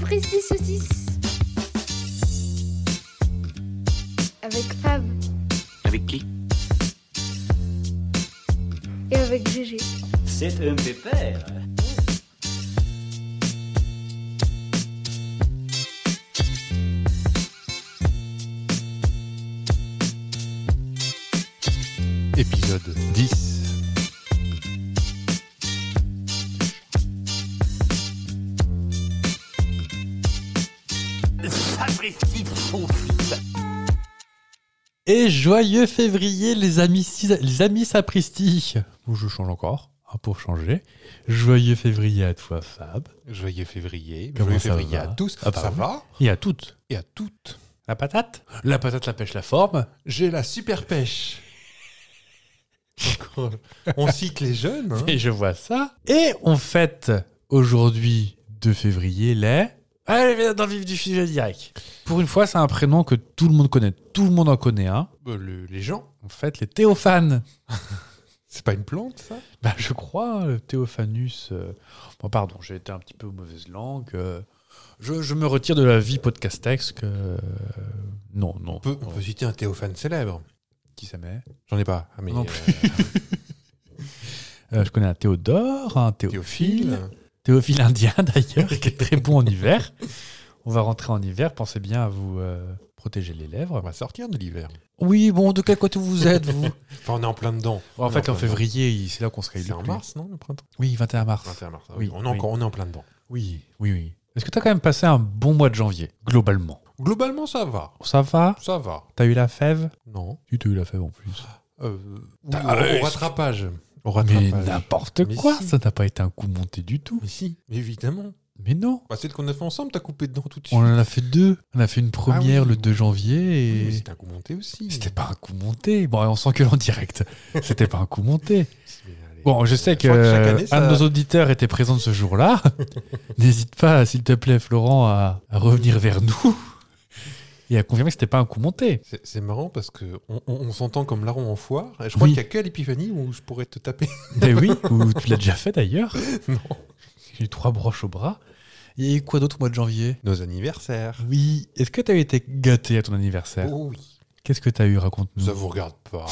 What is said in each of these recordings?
Fristy Saucisse. Avec Fab Avec qui et avec GG. C'est un pépère. épisode 10. Et joyeux février, les amis, sis- les amis sapristi. Bon, je change encore, hein, pour changer. Joyeux février à toi, Fab. Joyeux février. Comment Joyeux ça février va à tous. Ah bah ça oui. va Et à toutes. Et à toutes. La patate La patate, la pêche, la forme. J'ai la super pêche. Encore. On cite les jeunes. hein. Et je vois ça. Et on fête aujourd'hui, 2 février, les. Allez, viens dans le vif du sujet direct. Pour une fois, c'est un prénom que tout le monde connaît. Tout le monde en connaît un. Bah, le- les gens. En fait, les Théophanes. C'est pas une plante, ça Bah, je crois, hein, le Théophanus. euh, Bon, pardon, j'ai été un petit peu mauvaise langue. euh, Je, je me retire de la vie podcastex que. euh, Non, non. on peut, on peut citer un théophane célèbre. Qui ça met J'en ai pas. ah, mais, Non euh, Euh, Je connais un Théodore, un Théophile. théophile. Théophile indien d'ailleurs, qui est très bon en hiver. On va rentrer en hiver, pensez bien à vous euh, protéger les On lèvres. va sortir de l'hiver. Oui, bon, de quel côté vous êtes, vous Enfin, on est en plein dedans. En On est fait, en plein dedans. février, il- c'est là qu'on se réunit. C'est en plus. mars, non, le printemps Oui, 21 mars. 21 mars. ah Oui, oui. On, est oui. encore, on est en plein dedans. Oui, oui, oui. Est-ce que tu as quand même passé un bon mois de janvier, globalement Globalement, ça va. Ça va Ça va. T'as eu la fève Non. Tu t'as eu la fève en plus. Euh, T'as- oui, ah, au, oui. au rattrapage. Au Mais rattrapage. n'importe Mais quoi si. Ça n'a pas été un coup monté du tout. Mais si, évidemment. Mais non Bah, celle qu'on a fait ensemble, t'as coupé dedans tout de On suite. en a fait deux. On a fait une première Ah oui. le 2 janvier Mais et. C'était un coup monté aussi. C'était pas un coup monté. Bon, on s'engueule en direct. C'était pas un coup monté. Mais allez, Bon, je euh, sais que, crois chaque année, un ça- de nos auditeurs était présent de ce jour-là. N'hésite pas, s'il te plaît, Florent, à, à revenir vers nous et à confirmer que c'était pas un coup monté. C'est c'est marrant parce que on, on- on s'entend comme larron en foire. Et je crois Oui. qu'il n'y a que à l'épiphanie où je pourrais te taper. Ben oui, ou tu l'as déjà fait d'ailleurs. Non. J'ai eu trois broches au bras. Et quoi d'autre au mois de janvier Nos anniversaires. Oui, est-ce que tu as été gâté à ton anniversaire Mmh. Oh oui. Qu'est-ce que tu as eu Raconte-nous. Ça vous regarde pas.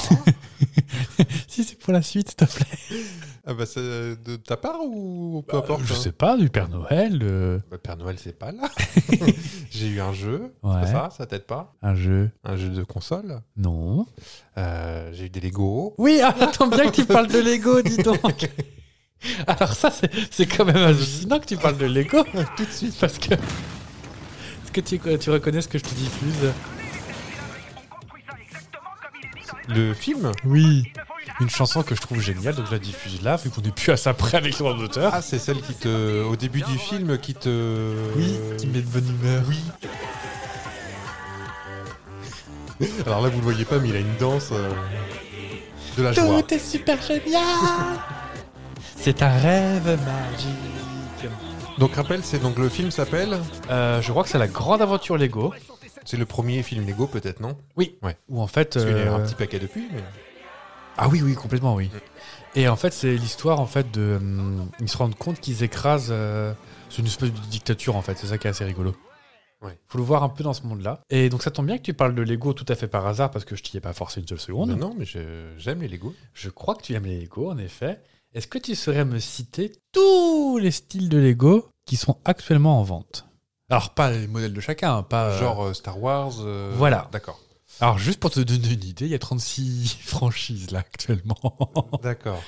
Si c'est pour la suite, s'il te plaît. ah bah c'est de ta part ou peu Euh, importe. je hein. sais pas, du Père Noël, euh, Bah, Père Noël, c'est pas là. J'ai eu un jeu. c'est Ouais. pas Ça, ça t'aide pas. un jeu. Un jeu de console. Non. Euh, J'ai eu des Lego. Oui, ah, attends bien que tu parles de Lego, dis donc. Alors ça, c'est c'est quand même hallucinant que tu parles de Lego tout de suite parce que est-ce que tu, tu reconnais ce que je te diffuse Le film. Oui. Une chanson que je trouve géniale, donc je la diffuse là, vu qu'on n'est plus à ça près avec le droit d'auteur. Ah, c'est celle qui te. Au début du film, qui te. de bonne humeur. Oui. Alors là, vous le voyez pas, mais il a une danse. euh, De la joie. est super génial. c'est un rêve magique. Donc rappel, c'est donc le film s'appelle. Euh, je crois que c'est la grande aventure Lego. C'est le premier film Lego peut-être non Oui. Ouais. Ou en fait. Parce qu'il y a eu un euh, petit paquet depuis. mais- Ah oui, oui, complètement, oui. Et en fait, c'est l'histoire en fait de, hum, ils se rendent compte qu'ils écrasent. euh, c'est une espèce de dictature en fait. C'est ça qui est assez rigolo. Ouais. Faut le voir un peu dans ce monde-là. Et donc ça tombe bien que tu parles de Lego tout à fait par hasard parce que je t'y ai pas forcé une seule seconde. Mais non, mais je- j'aime les Lego. Je crois que tu aimes les Lego en effet. Est-ce que tu saurais me citer tous les styles de Lego qui sont actuellement en vente Alors pas les modèles de chacun, hein, pas euh, Genre euh, Star Wars. euh, Voilà. D'accord. Alors juste pour te donner une idée, il y a 36 franchises là Oh. actuellement. D'accord.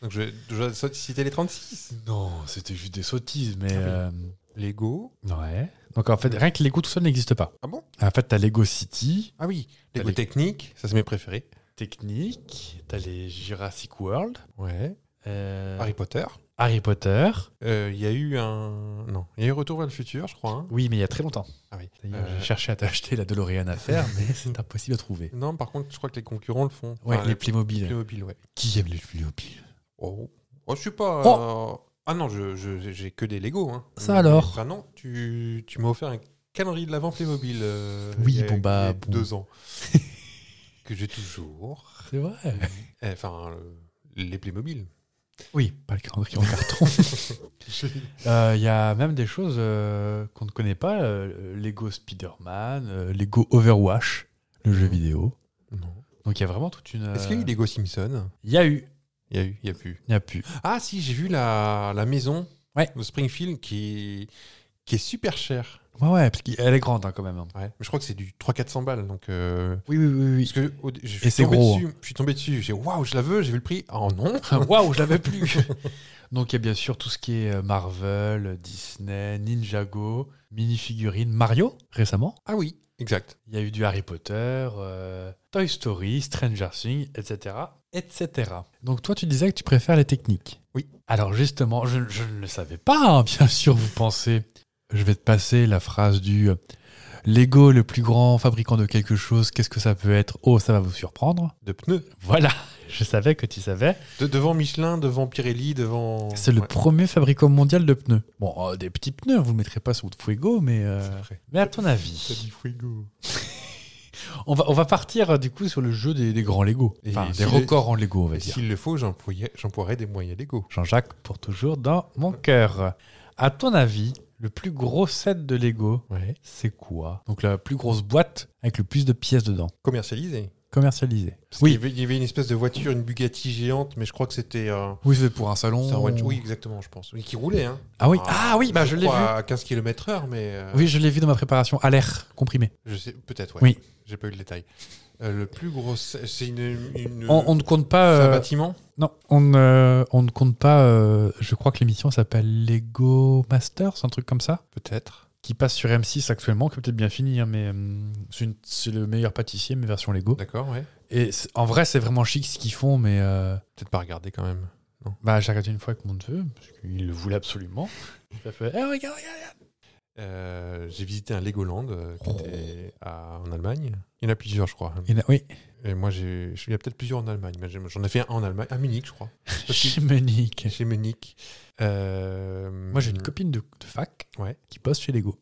Donc je vais, je vais sa- citer les 36. non, c'était juste des sottises, mais. Ah oui. euh, Lego. Ouais. Donc en fait, rien que Lego tout seul n'existe pas. Ah bon En fait, t'as Lego City, Ah oui. Lego T'as les- technique, ça c'est mes préférés. Technique, t'as les Jurassic World, Ouais. euh, Harry Potter. Harry Potter. Euh, Il y a eu un. Non. Il y a eu Retour vers le futur, je crois. hein. Oui, mais il y a très longtemps. Ah oui. D'ailleurs, Euh, J'ai cherché à t'acheter la DeLorean à faire, mais c'est impossible à trouver. Non, par contre, je crois que les concurrents Ah, le font. Ouais, Enfin, les Playmobil. Playmobil, ouais. Qui aime les Playmobil Oh, oh je suis pas. euh, Ah non, je, je- j'ai que des Lego. Hein. Ça alors Enfin non, tu, tu m'as offert un calendrier de l'avant Playmobil. euh, Oui, il y a- bon, bah, il y a bon. Deux ans. que j'ai toujours. C'est vrai. Eh, Enfin, euh, les Playmobil. Oui, pas le calendrier en carton. Euh, Il y a même des choses euh, qu'on ne connaît pas. euh, Lego Spider-Man, euh, Lego Overwatch, le jeu vidéo. Non. Donc il y a vraiment toute une... Mmh. Est-ce qu'il y a eu euh, Lego Simpson Il y a eu. Il y a eu, il y a plus. Il n'y a plus. Ah si, j'ai vu la, la maison Ouais. de Springfield qui, qui est super chère. Ouais, ouais, parce qu'elle est grande hein, quand même. hein. Ouais. Mais je crois que c'est du 300-400 balles. Donc, euh, Oui, oui, oui. parce que, au- je suis Et c'est tombé gros, hein. dessus, je suis tombé dessus. J'ai dit, waouh, je la veux, j'ai vu le prix. Ah non Waouh, je l'avais plus. Donc il y a bien sûr tout ce qui est euh, Marvel, Disney, Ninjago, mini-figurines, Mario récemment. Ah oui, exact. Il y a eu du Harry Potter, euh, Toy Story, Stranger Things, etc., etc. Donc toi, tu disais que tu préfères les techniques. Oui. Alors justement, je, je ne le savais pas, hein, bien sûr, vous pensez. Je vais te passer la phrase du euh, Lego, le plus grand fabricant de quelque chose, qu'est-ce que ça peut être Oh, ça va vous surprendre. De pneus. Voilà, je savais que tu savais. De, devant Michelin, devant Pirelli, devant... C'est le Ouais, premier fabricant mondial de pneus. Bon, euh, des petits pneus, vous ne mettrez pas sous de fuego, mais, euh, c'est vrai. mais à ton T'as avis, dit Fuego. on va, on va partir euh, du coup sur le jeu des, des grands Lego. Et Enfin, si des les- records en Lego, on va Et dire. S'il le faut, j'employerai j'emploierai des moyens Lego. Jean-Jacques, pour toujours dans mon cœur. À ton avis, le plus gros set de Lego, Ouais. c'est quoi Donc la plus grosse boîte avec le plus de pièces dedans, Commercialisé. commercialisée. Parce qu'il y Oui, avait- Il y avait une espèce de voiture, une Bugatti géante, mais je crois que c'était... euh, oui, c'est pour un salon. c'était un one- Oui, exactement, je pense. Oui, qui roulait, hein. Ah Oh. oui, ah oui, bah je l'ai vu. crois à 15 km heure, mais euh, Oui, je l'ai vu dans ma préparation à l'air comprimé. je sais, peut-être, ouais. Oui. J'ai pas eu le détail. Euh, le plus gros, c'est c'est une. une- On, on ne compte pas. c'est un euh, bâtiment Non, on, ne- on ne compte pas. euh, je crois que l'émission s'appelle Lego Masters, un truc comme ça, Peut-être. qui passe sur M6 actuellement, qui est peut-être bien fini, hein, mais hum, c'est une- c'est le meilleur pâtissier, mais version Lego. D'accord, ouais. Et c'est- en vrai, c'est vraiment chic ce qu'ils font, mais euh, Peut-être pas regarder quand même. bah, j'ai regardé une fois avec mon neveu, parce qu'il le voulait absolument. Il a fait Eh, regarde, regarde, regarde. Euh, J'ai visité un Legoland euh, Oh. qui était à- en Allemagne. Il y en a plusieurs, je crois. Il y en a- Oui, Et moi, j'ai- je- il y a peut-être plusieurs en Allemagne. mais j'ai- J'en ai fait un en Allemagne, à Munich, je crois. Parce que- Chimonique. Chez Munich. Euh, Moi, j'ai une copine de, de fac Ouais. qui bosse chez Lego.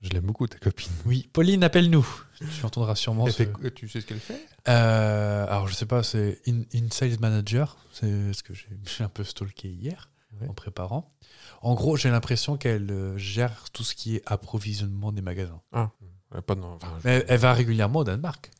Je l'aime beaucoup, ta copine. Oui, Pauline, appelle-nous. Tu entendras sûrement. Elle ce- fait quoi- Tu sais ce qu'elle fait Euh, alors, je sais pas, c'est In- Inside Manager, c'est ce que j'ai j'ai un peu stalké hier Ouais. en préparant. En gros, j'ai l'impression qu'elle euh, gère tout ce qui est approvisionnement des magasins. Euh, pas dans- enfin, je- Mais elle, elle va régulièrement au Danemark.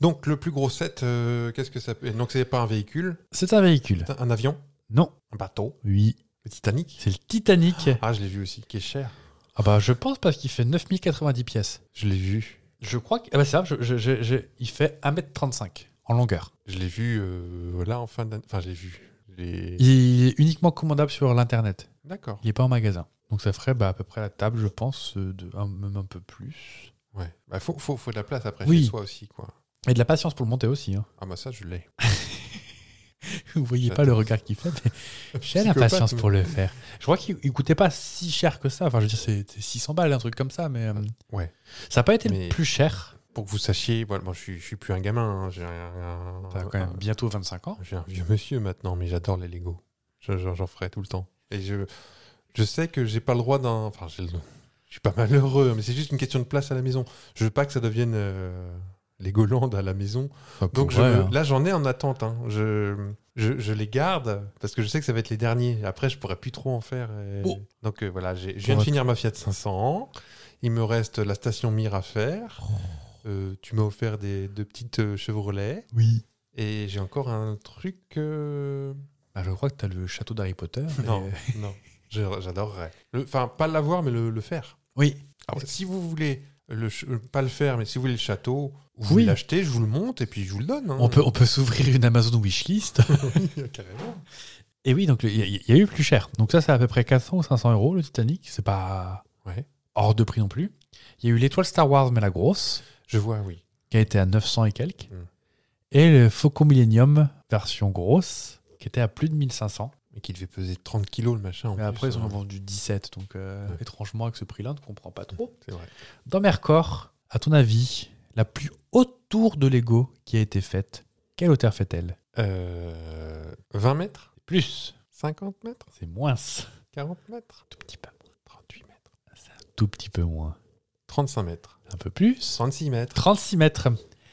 Donc, le plus gros set, euh, qu'est-ce que ça peut Donc, c'est pas un véhicule, C'est un véhicule. c'est un avion, Non, un bateau, oui, le Titanic. c'est le Titanic. Ah, je l'ai vu aussi, qui est cher. Ah bah, je pense parce qu'il fait 9090 pièces. Je l'ai vu. Je crois que. Ah bah, ça, je, je- je- je- il fait 1m35 en longueur. Je l'ai vu euh, là en fin d'année. Enfin, je l'ai vu. Je l'ai- Il est uniquement commandable sur l'internet. D'accord. Il n'est pas en magasin. Donc ça ferait bah, à peu près la table, je pense, euh, de, un- même un peu plus. Ouais. Bah, faut, faut, faut de la place après Oui. chez soi aussi, quoi. Et de la patience pour le monter aussi. Hein. Ah, bah, ça, je l'ai. Vous voyez pas J'adore. le regard qu'il fait, mais j'ai la Psychopathe, patience mais- pour le faire. Je crois qu'il il coûtait pas si cher que ça. Enfin, je veux dire, c'était 600 balles, un truc comme ça, mais euh, Ouais. ça n'a pas été Mais- le plus cher. Pour que vous sachiez, voilà, moi, je suis, je suis plus un gamin. hein. J'ai un, T'as quand même un- bientôt 25 ans. j'ai un vieux monsieur maintenant, mais j'adore les Lego. Je- je- J'en ferai tout le temps. Et je, je sais que j'ai pas le droit d'un. Enfin, j'ai le- Je suis pas malheureux, mais c'est juste une question de place à la maison. Je veux pas que ça devienne euh, Legoland à la maison. Donc je, hein. me- là, j'en ai en attente. hein. Je, je, je les garde parce que je sais que ça va être les derniers. Après, je pourrais plus trop en faire. et- Oh. Donc euh, voilà, j'ai- je viens de Pour finir ma Fiat 500. Il me reste la station Mire à faire. Oh. Euh, tu m'as offert des deux petites euh, Chevrolet. Oui. Et j'ai encore un truc. euh, Bah, je crois que tu as le château d'Harry Potter. mais- Non, non. Je- J'adorerais. Le- Enfin, pas l'avoir, mais le, le faire. Oui. Ah ouais, si vous voulez. Le, ch- euh, pas le faire, mais si vous voulez le château, vous Oui. l'achetez, je vous le monte et puis je vous le donne. hein. On peut, on peut s'ouvrir une Amazon wishlist. Carrément. Et oui, donc il y, a- il y a eu plus cher. Donc ça, c'est à peu près 400 ou 500 euros le Titanic. C'est pas Ouais. hors de prix non plus. Il y a eu l'étoile Star Wars, mais la grosse, Je vois, oui. qui a été à 900 et quelques. Mm. Et le Faucon Millennium, version grosse, qui était à plus de 1500. Et qui devait peser 30 kilos le machin. en Mais plus, après, ils hein. ont vendu 17. Donc euh, Ouais. étrangement, avec ce prix-là, on ne comprend pas trop. C'est vrai. Dans Mercor, à ton avis, la plus haute tour de Lego qui a été faite, quelle hauteur fait-elle Euh, 20 mètres Plus. 50 mètres C'est moins. 40 mètres Tout petit peu moins. 38 mètres Tout petit peu moins. 35 mètres Un peu plus. 36 mètres 36 mètres.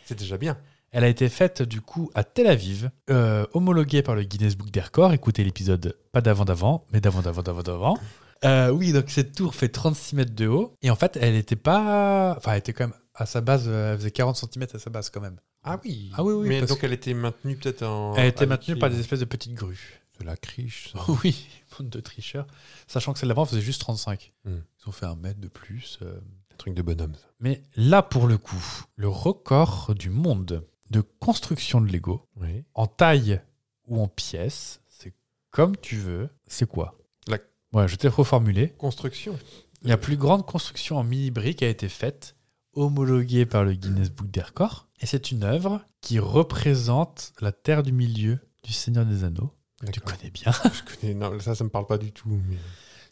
C'est déjà bien. Elle a été faite du coup à Tel Aviv, euh, homologuée par le Guinness Book des Records. Écoutez l'épisode pas d'avant d'avant, mais d'avant d'avant d'avant d'avant. Euh, oui, donc cette tour fait 36 mètres de haut. Et en fait, elle était pas. Enfin, elle était quand même à sa base, euh, elle faisait 40 cm à sa base quand même. Ah oui. Ah oui, oui, Mais parce donc que- elle était maintenue peut-être en. Elle était avec maintenue les- par des espèces de petites grues. Ah, De la criche. ça. Oui, bande de tricheurs. Sachant que celle d'avant faisait juste 35. Hmm. Ils ont fait un mètre de plus. euh. Un truc de bonhomme. ça. Mais là, pour le coup, le record du monde de construction de Lego, Oui. en taille ou en pièces, c'est comme tu veux. C'est quoi La- Euh. Ouais, je t'ai reformulé. Construction. La plus grande construction en mini-brique a été faite, homologuée par le Guinness Book des Records. Et c'est une œuvre qui représente la terre du milieu du Seigneur des Anneaux. Tu D'accord. connais bien. Je connais. Non, ça, ça me parle pas du tout. mais-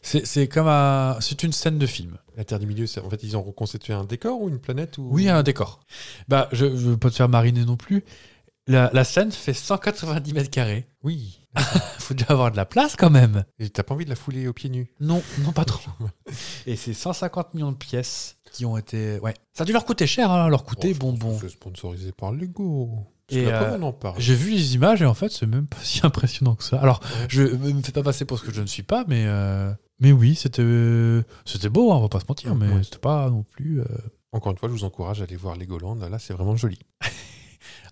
C'est c'est comme un... C'est une scène de film. La Terre du Milieu, c'est- en fait, ils ont reconstitué un décor ou une planète ou... Oui, un décor. Bah, je ne veux pas te faire mariner non plus. La, la scène fait 190 mètres carrés. Oui. Faut déjà avoir de la place quand même. Et t'as pas envie de la fouler aux pieds nus Non, non pas trop. Et c'est 150 millions de pièces qui ont été... Ouais. Ça a dû leur coûter cher, hein, leur coûter Oh, bonbon. C'est sponsorisé par Lego. Parce Et, que la preuve, euh, on en parle. J'ai vu les images et en fait, c'est même pas si impressionnant que ça. Alors, je ne me fais pas passer pour ce que je ne suis pas, mais, euh, mais oui, c'était c'était beau, hein, on va pas se mentir, mais Ouais. c'était pas non plus euh, Encore une fois, je vous encourage à aller voir Legoland. Là, c'est vraiment joli.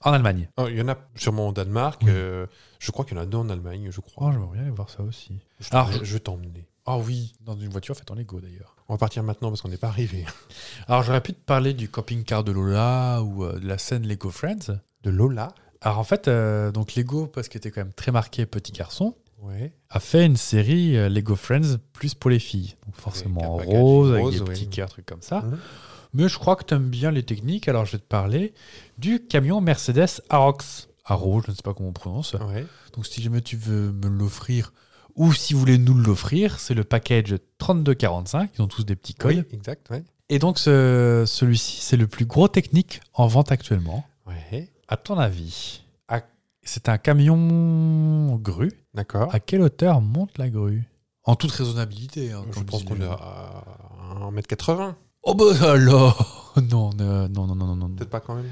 en Allemagne. Ah, il y en a sûrement au Danemark. Oui. euh, je crois qu'il y en a deux en Allemagne, je crois. Oh, j'aimerais bien aller voir ça aussi. Je, Alors, t'emmène- je vais t'emmener. Ah oui, dans une voiture faite en Lego d'ailleurs. On va partir maintenant parce qu'on n'est pas arrivé. Alors, j'aurais pu te parler du camping-car de Lola ou euh, de la scène Lego Friends. De Lola. Alors, en fait, euh, donc Lego, parce qu'il était quand même très marqué petit garçon, Ouais. a fait une série euh, Lego Friends plus pour les filles. Donc, forcément un en packaging rose, avec rose, des ouais. petits cœurs, trucs comme ça. Mhm. Mais je crois que tu aimes bien les techniques, alors je vais te parler du camion Mercedes Arox. Aro, je ne sais pas comment on prononce. Ouais. Donc si jamais tu veux me l'offrir, ou si vous voulez nous l'offrir, c'est le package 3245, ils ont tous des petits codes. Oui, exact. Ouais. Et donc ce- celui-ci, c'est le plus gros technique en vente actuellement. Ouais. À ton avis, à- c'est un camion grue. D'accord. À quelle hauteur monte la grue En toute raisonnabilité. hein, je comme pense disent qu'on les est gens. à 1m80. Oh bah alors Non, ne- non, non, non, non, non. non. Peut-être pas quand même.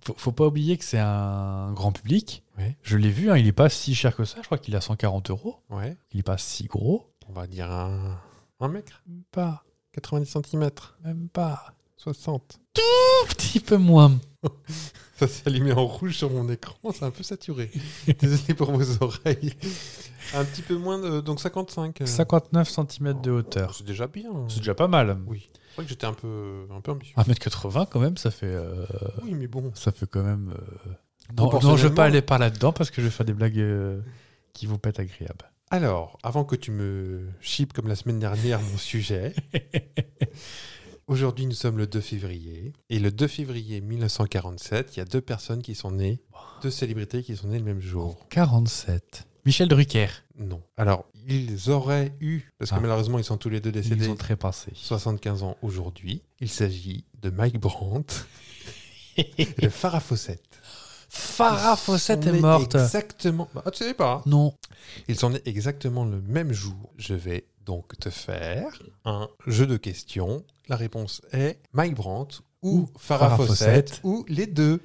faut, faut pas oublier que c'est un grand public. Ouais. Je l'ai vu, hein, il est pas si cher que ça. Je crois qu'il a 140 euros. Ouais. Il est pas si gros. On va dire un, un mètre. Même pas, 90 cm. même pas. 60. Un petit peu moins. Ça s'est allumé en rouge sur mon écran, c'est un peu saturé. Désolé pour vos oreilles. Un petit peu moins, de, donc 55. euh. 59 cm de hauteur. C'est déjà bien. C'est déjà pas mal. Oui. C'est vrai que j'étais un peu, un peu ambitieux. 1m80 quand même, ça fait, euh, Oui, mais bon. ça fait quand même. euh, Non, Proportionnellement- non, je vais pas aller par là-dedans parce que je vais faire des blagues euh, qui vont pas être agréables. Alors, avant que tu me chips comme la semaine dernière mon sujet, aujourd'hui nous sommes le 2 février. Et le 2 février 1947, il y a deux personnes qui sont nées, deux célébrités qui sont nées le même jour. 47. Michel Drucker. Non. Alors, ils auraient eu, parce que Ah. malheureusement ils sont tous les deux décédés. Ils ont très pincé. 75 ans aujourd'hui. Il s'agit de Mike Brandt, le Farah Fawcett. Farah Fawcett Ils sont est nés morte. Exactement. Bah, tu sais pas. Non. Ils sont nés exactement le même jour. Je vais donc te faire un jeu de questions. La réponse est Mike Brandt ou Farah, Farrah Fawcett, Fawcett. ou les deux.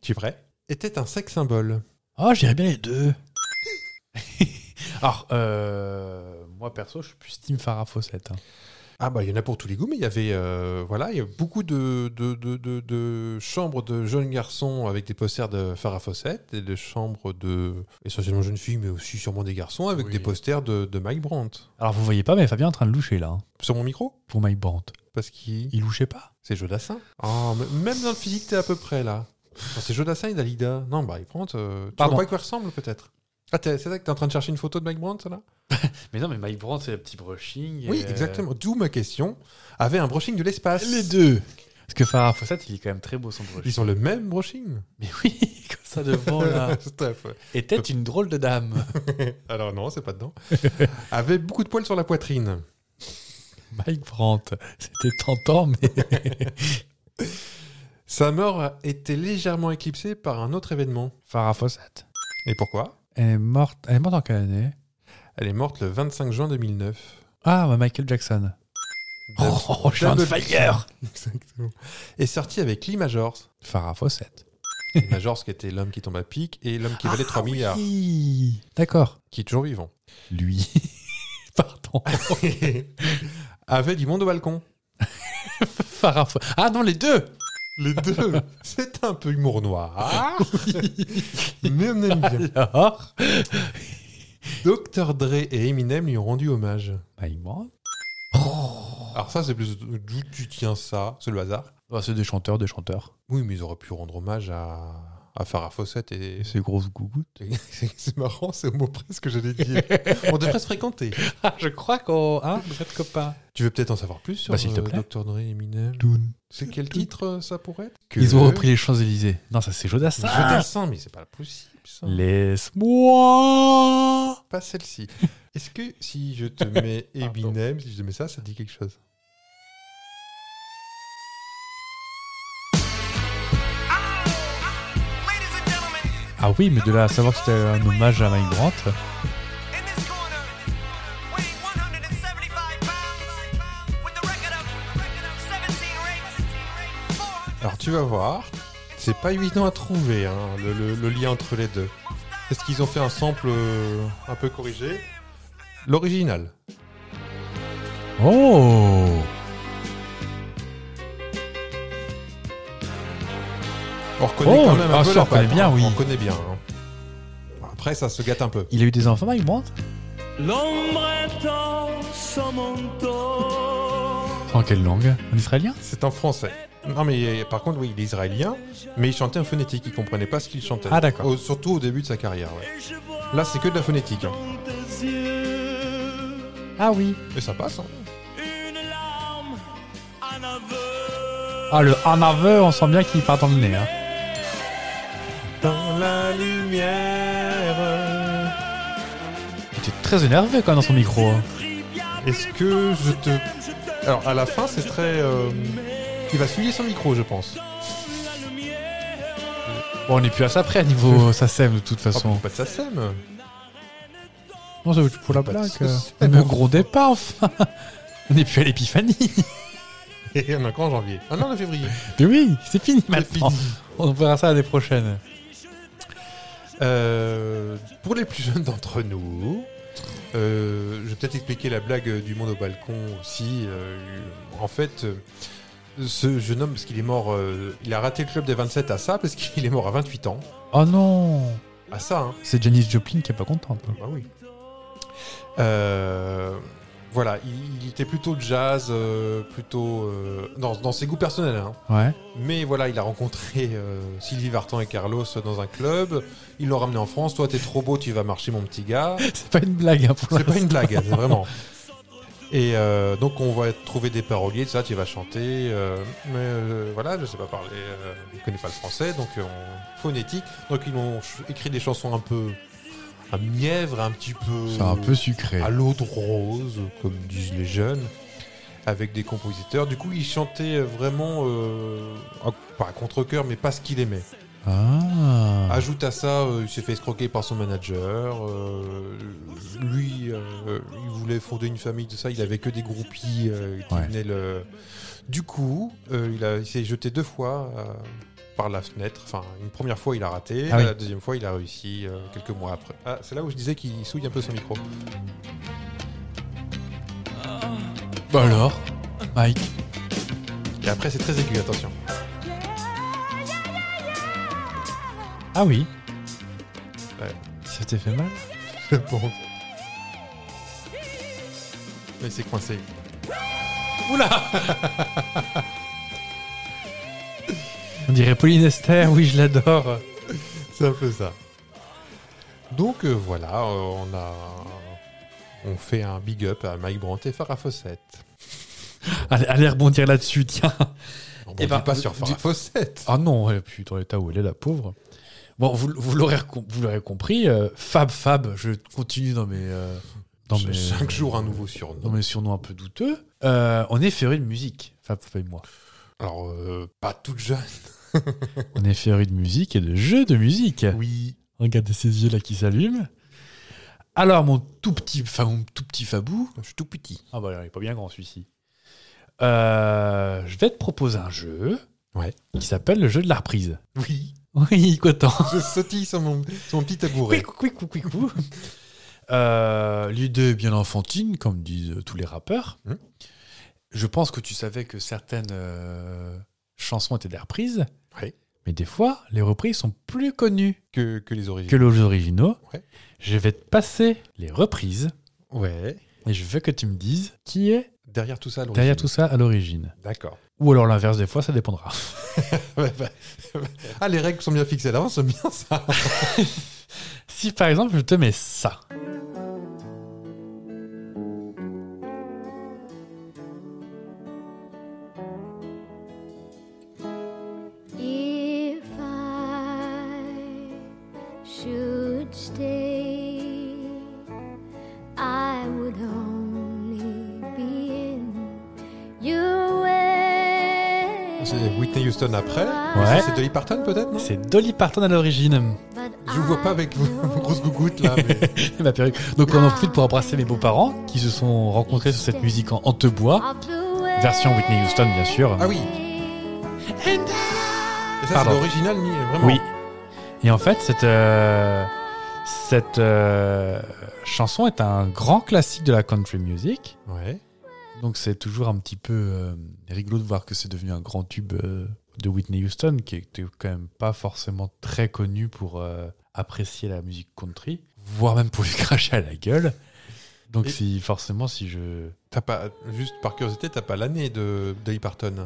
Tu es prêt Était un sex symbole. Oh, j'irais bien les deux. Alors, euh, moi perso, je suis plus Team Farah Fawcett. hein. Ah bah il y en a pour tous les goûts, mais il y avait euh, voilà, il y a beaucoup de, de, de, de- de chambres de jeunes garçons avec des posters de Farah Fawcett et de chambres de essentiellement jeunes filles, mais aussi sûrement des garçons avec Oui. des posters de, de Mike Brandt. Alors, vous voyez pas, mais Fabien est en train de loucher là, hein, Sur mon micro pour Mike Brandt. Parce qu'il Il louchait pas c'est Jodassin. Ah, mais même dans le physique t'es à peu près là. Non, c'est Jodassin et Dalida. Non bah il prend. euh, tu Pardon. vois pas à quoi il ressemble peut-être. Ah t'es- c'est ça que t'es en train de chercher une photo de Mike Brandt là Mais non, mais Mike Brandt, c'est le petit brushing. euh, Oui exactement. D'où ma question. Avait un brushing de l'espace. Les deux. Parce que Farah Fawcett, il est quand même très beau son brushing. Ils ont le même brushing. Mais oui, comme ça devant Oh là. Stuff, ouais. Était une drôle de dame. Alors non, c'est pas dedans. Avait beaucoup de poils sur la poitrine. Mike Brandt, c'était tentant, mais. Sa mort a été légèrement éclipsée par un autre événement. Farah Fawcett. Et pourquoi Elle est morte. Elle est morte en quelle année Elle est morte le 25 juin 2009. Ah, bah, Michael Jackson. Dab- Oh, je suis un Double- fire Exactement. Et sorti avec Lee Majors. Farah Fawcett. Lee Majors qui était l'homme qui tombe à pic et l'homme qui valait 3 milliards, Ah Oui. D'accord. qui est toujours vivant. Lui. Pardon. Avait du monde au balcon. Farah Faw- Ah non, les deux Les deux. C'est un peu humour noir. Mais on aime bien. Alors Dr. Dre et Eminem lui ont rendu hommage. Bah, il ment. Alors ça, c'est plus d'où tu tiens ça, c'est le hasard. Bah, c'est des chanteurs, des chanteurs. Oui, mais ils auraient pu rendre hommage à, à Farah Fawcett et... ces grosses gougouttes. C'est c'est marrant, c'est au mot presque que j'allais dire. On devrait se fréquenter. Ah, je crois qu'on. Hein, vous êtes copains. Tu veux peut-être en savoir plus sur Bah, s'il te euh, plaît. Dr. Dre et Eminem C'est quel titre euh, ça pourrait être Ils ont repris les Champs-Élysées. Non, ça, c'est Jodassin. Je descends, mais c'est pas possible ça. Laisse-moi Pas celle-ci. Est-ce que si je te mets Eminem, si je te mets ça, ça te dit quelque chose Ah oui, mais de là à savoir que c'était un hommage à Mike Grant. Alors tu vas voir, c'est pas évident à trouver hein, le, le- le lien entre les deux. Ah, Est-ce qu'ils ont fait un sample euh, un peu corrigé L'original. Oh On reconnaît Oh, quand même un ah, peu ça, la on reconnaît patte, bien, hein. oui. On reconnaît bien. hein. Après, ça se gâte un peu. Il a eu des enfants, Mike Grant L'ombre est en son manteau. En quelle langue En israélien C'est en français. Non, mais euh, par contre, oui, il est israélien, mais il chantait en phonétique. Il comprenait pas ce qu'il chantait. Ah, d'accord. Au- surtout au début de sa carrière. ouais. Et je vois Là, c'est que de la phonétique. hein. dans tes yeux Ah oui. Mais ça passe. hein. une larme, un aveu. Ah, le en aveu, on sent bien qu'il part dans le nez. Hein. Dans la lumière. Il était très énervé quand même dans son micro. hein. Est-ce que je te. Alors, à la fin, c'est très. euh, Il va souiller son micro, je pense. Bon, on n'est plus à ça près à niveau ça sème de toute Ah, façon. pas de ça sème. Oh. Non, c'est pour la Pas de blague. ça euh. sème. Ne me grondez pas, enfin On n'est plus à l'épiphanie Et on a encore en janvier. Ah non, le février. Mais oui, c'est fini maintenant. maintenant On verra ça l'année prochaine. Euh, pour les plus jeunes d'entre nous, euh, je vais peut-être expliquer la blague du monde au balcon aussi. Euh, en fait, euh, ce jeune homme, parce qu'il est mort, euh, il a raté le club des 27 à ça, parce qu'il est mort à 28 ans. Oh non À ça, hein. C'est Janice Joplin qui est pas contente. Bah oui. Euh, voilà, il, il était plutôt jazz, euh, plutôt. euh, dans, dans ses goûts personnels, hein. Ouais. Mais voilà, il a rencontré euh, Sylvie Vartan et Carlos dans un club. Ils l'ont ramené en France. Toi, t'es trop beau, tu vas marcher, mon petit gars. C'est pas une blague hein, pour C'est pas l'instant. une blague, c'est vraiment. Et euh, donc on va trouver des paroliers, tout ça, tu vas chanter. euh, mais euh, voilà, je sais pas parler, euh, je connais pas le français, donc euh, on- phonétique. Donc ils ont ch- écrit des chansons un peu à mièvre, un petit peu C'est un peu sucré. à l'eau de rose, comme disent les jeunes, avec des compositeurs. Du coup, ils chantaient vraiment euh, à- pas à contre cœur, mais pas ce qu'il aimait. Ah. Ajoute à ça, euh, il s'est fait escroquer par son manager. euh, lui, euh, il voulait fonder une famille, tout ça. Il avait que des groupies euh, qui Ouais. venaient le. Du coup, euh, il, a- il s'est jeté deux fois euh, par la fenêtre. Enfin, une première fois, il a raté. Ah oui. La deuxième fois, il a réussi euh, quelques mois après. Ah, c'est là où je disais qu'il souille un peu son micro. Bah alors Mike. Et après, c'est très aigu, attention. Ah oui Ouais. Ça t'est fait mal Je pense. Mais c'est coincé. On dirait Pauline Esther, oui, je l'adore. C'est un peu ça. Donc euh, voilà, euh, on a. On fait un big up à Mike Brandt et Farah Fawcett. Allez, allez rebondir là-dessus, tiens. On Eh ne ben, pas du- sur Farah du- Fawcett. Ah non, elle est plus dans l'état où elle est, la pauvre. Bon, vous, vous l'aurez recom- vous l'aurez compris, euh, Fab Fab, je continue dans mes, euh, dans Ch- mes- Chaque jour un nouveau surnom. dans mes surnoms un peu douteux. Euh, on est férus de musique, Fab Fab et moi. Alors, euh, pas toute jeune. On est férus de musique et de jeux de musique. Oui. Regardez ces yeux là qui s'allument. Alors mon tout petit, enfin mon tout petit Fabou. Je suis tout petit. Ah bah il est pas bien grand celui-ci. Euh, je vais te proposer un jeu Ouais. qui s'appelle le jeu de la reprise. Oui, Oui, Coton. je sautille sur mon, sur mon petit tabouret. Quick, quick, quick, quick, quick. Euh, L'idée est bien enfantine, comme disent euh, tous les rappeurs. Mhm. Je pense que tu savais que certaines euh, chansons étaient des reprises. Ouais. Mais des fois, les reprises sont plus connues Que, que les que origines. les originaux. Ouais. Je vais te passer les reprises Ouais. et je veux que tu me dises qui est Derrière tout ça, l'origine. derrière tout ça à l'origine. D'accord. Ou alors l'inverse, des fois, ça dépendra. Ouais, bah, ah, les règles sont bien fixées à l'avance, c'est bien ça. Si par exemple, je te mets ça. If I should stay, I would only be in your way. C'est Whitney Houston après. Ouais. C'est Dolly Parton peut-être, non C'est Dolly Parton à l'origine. But Je vous vois pas I avec vos, vos grosses know gougouttes là. mais- Ma perruque. Donc on en profite pour embrasser mes beaux-parents qui se sont rencontrés sur cette musique en, en te bois. of the way Version Whitney Houston, bien sûr. Ah oui. Et ça, c'est Pardon. l'original, ni- vraiment. Oui. Et en fait, cette, euh, cette euh, chanson est un grand classique de la country music. Ouais. Donc c'est toujours un petit peu euh, rigolo de voir que c'est devenu un grand tube euh, de Whitney Houston, qui était quand même pas forcément très connu pour euh, apprécier la musique country, voire même pour lui cracher à la gueule. Donc Et- si forcément si je T'as pas, juste par curiosité, t'as pas l'année de Dolly Parton. Euh,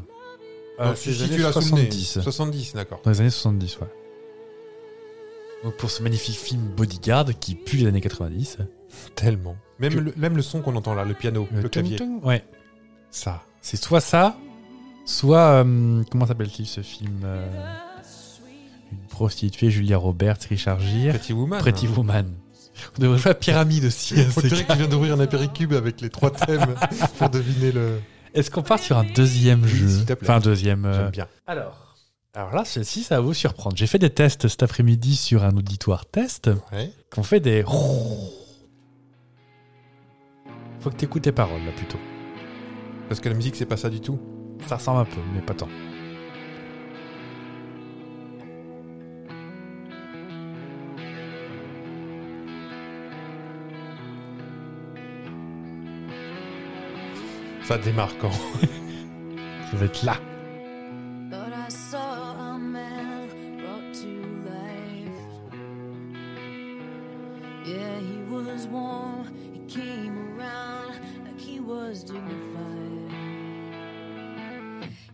Non, c'est Ah, si, les si, années tu l'as sous le nez. 70. 70, d'accord. Dans les années 70, ouais. Donc pour ce magnifique film Bodyguard qui pue les années 90. Tellement. Même, Que- le, même le son qu'on entend là, le piano, le, tung clavier. tung, Ouais. Ça. C'est soit ça, soit. euh, comment s'appelle-t-il ce film euh, Une prostituée, Julia Roberts, Richard Gere, Pretty Woman. Pretty Woman. On devrait jouer à Pyramide aussi. à Ah. On ces dirait cas. qu'il vient d'ouvrir un apéricube avec les trois thèmes pour deviner le. Est-ce qu'on part sur un deuxième Oui, jeu s'il te plaît. Enfin, un deuxième. euh, J'aime bien. Alors. Alors là, ceci, ça va vous surprendre. J'ai fait des tests cet après-midi sur un auditoire test. Ouais. qu'on fait des. Faut que t'écoutes tes paroles là plutôt. Parce que la musique, c'est pas ça du tout. Ça ressemble un peu, mais pas tant. Ça démarre quand Je vais être là. But I saw a man brought to life. Yeah, he was warm, he came around like he was dignified.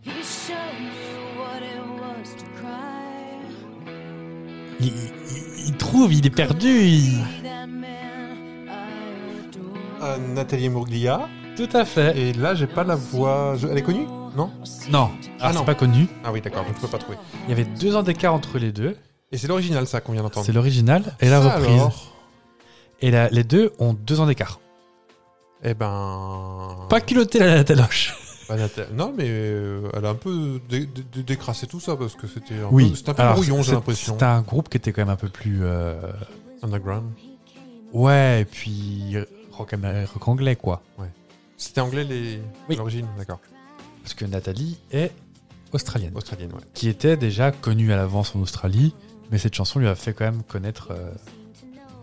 He showed me what it was to cry. Il, il- il trouve, il est perdu. il- See that man I adore. Euh, Nathalie Mourglia. Tout à fait. Et là, j'ai pas la voix. je- Elle est connue Non Non, ah, Ah, non. c'est pas connu. Ah oui, d'accord, donc je peux pas trouver. Il y avait deux ans d'écart entre les deux. Et c'est l'original, ça, qu'on vient d'entendre. C'est l'original et la Ça, reprise. alors Et la- les deux ont deux ans d'écart. Eh ben. Pas culotté la, la taloche. Bah, Natha- Non, mais euh, elle a un peu dé- dé- dé- décrassé tout ça parce que c'était un peu, c'était un peu alors, brouillon, j'ai c'est- l'impression. C'était un groupe qui était quand même un peu plus. euh, Underground. Ouais, et puis. Rock, américain, rock anglais quoi. C'était anglais les... Oui. l'origine, d'accord. Parce que Nathalie est australienne. Australienne, ouais. qui était déjà connu à l'avance en Australie, mais cette chanson lui a fait quand même connaître euh,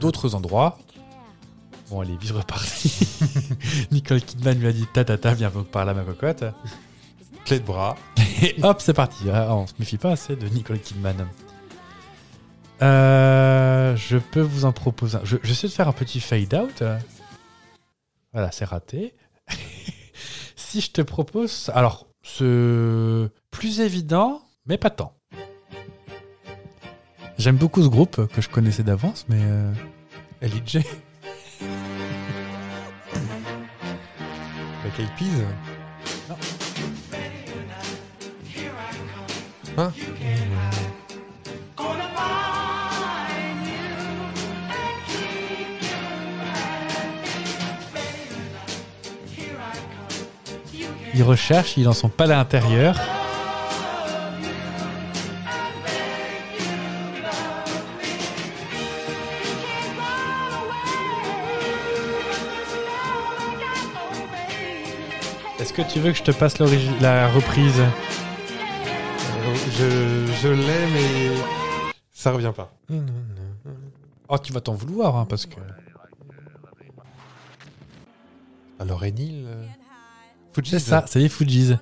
d'autres endroits. Bon, elle est vite repartie. Nicole Kidman lui a dit ta ta ta, viens donc par là ma cocotte. Clé de bras. Et hop, c'est parti. Ah, on se méfie pas assez de Nicole Kidman. Euh, je peux vous en proposer un. Je- J'essaie de faire un petit fade out. Voilà, c'est raté. si je te propose. Alors, ce plus évident, mais pas tant. J'aime beaucoup ce groupe que je connaissais d'avance, mais. euh, Ellie J. Avec Eyed Peas. Non. Hein Ils recherchent, ils en sont pas à l'intérieur. Est-ce que tu veux que je te passe l'origi- la reprise Euh, Je, je l'ai, mais ça revient pas. Oh, tu vas t'en vouloir, hein, parce que. Alors, Enil euh, Fujis, C'est ça, c'est les Fujis.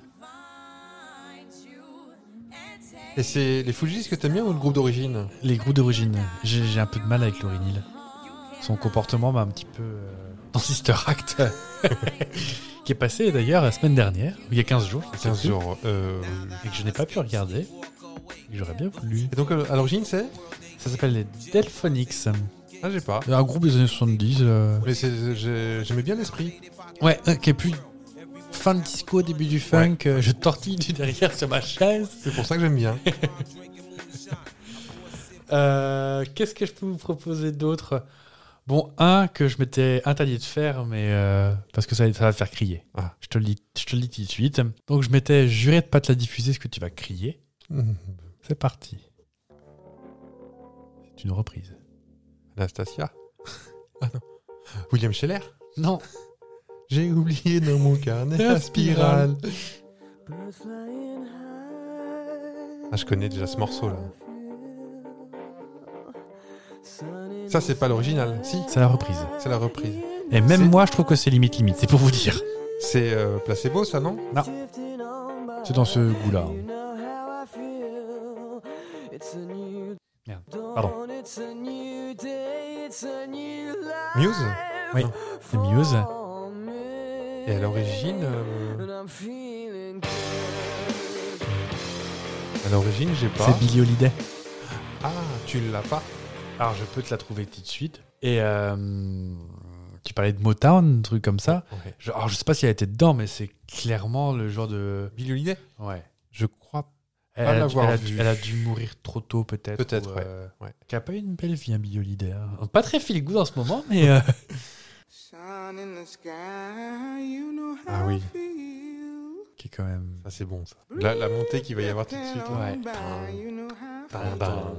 Et c'est les Fujis que t'aimes bien ou le groupe d'origine Les groupes d'origine. J'ai j'ai un peu de mal avec Laurinil. Son comportement m'a un petit peu. euh, dans Sister Act. qui est passé d'ailleurs la semaine dernière, ou il y a 15 jours. je sais 15 plus, jours. euh, Et que je n'ai pas pu regarder. et que J'aurais bien voulu. Et donc, euh, à l'origine, c'est Ça s'appelle les Delphonics. Ah, j'ai pas. Euh, Un groupe des années 70. euh, Mais c'est- j'ai- j'aimais bien l'esprit. Ouais, euh, qui est plus fin de disco, début du funk. euh, Je tortille du derrière sur ma chaise. C'est pour ça que j'aime bien. Euh, Qu'est-ce que je peux vous proposer d'autre Bon, un que je m'étais interdit de faire, mais euh, parce que ça, ça va te faire crier. Ah. Je, te le dis, je te le dis tout de suite. Donc, je m'étais juré de pas te la diffuser, parce que tu vas crier. C'est parti. C'est une reprise. Anastasia Ah non. William Scheller Non. J'ai oublié dans mon carnet la spirale. Ah, je connais déjà ce morceau là. Ça, c'est pas l'original. Si, C'est la reprise. c'est la reprise. Et même C'est- moi, je trouve que c'est limite limite. C'est pour vous dire. C'est euh, placebo, ça, non C'est dans ce goût-là. Merde. Pardon. Muse Oui, c'est Muse. Et à l'origine. euh, À l'origine, j'ai pas. C'est Billy Holiday. Ah, tu l'as pas Alors, je peux te la trouver tout de suite. Et euh, tu parlais de Motown, un truc comme ça. Ouais. Je, alors, je sais pas si elle était dedans, mais c'est clairement le genre de. Billy Holiday Ouais. Je crois Elle, Pas a, l'avoir elle a- vue. elle a dû mourir trop tôt, peut-être. peut-être, ou, ouais. euh, ouais. qui a pas eu une belle vie, un Billy Holiday. hein. Pas très feel good en ce moment, mais. euh, Ah oui, qui est quand même. ça c'est bon ça. La, la montée qu'il va y avoir tout de suite. là. Ouais. Dun, dun.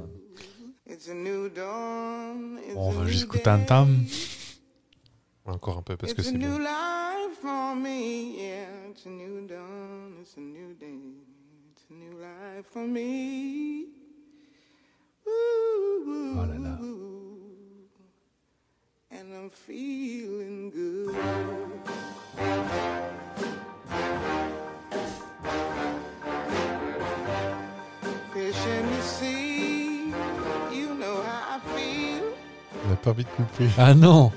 Bon, on va jusqu'au tam-tam. Encore un peu parce que c'est bon. Oh là là. On n'a pas envie de couper. Ah non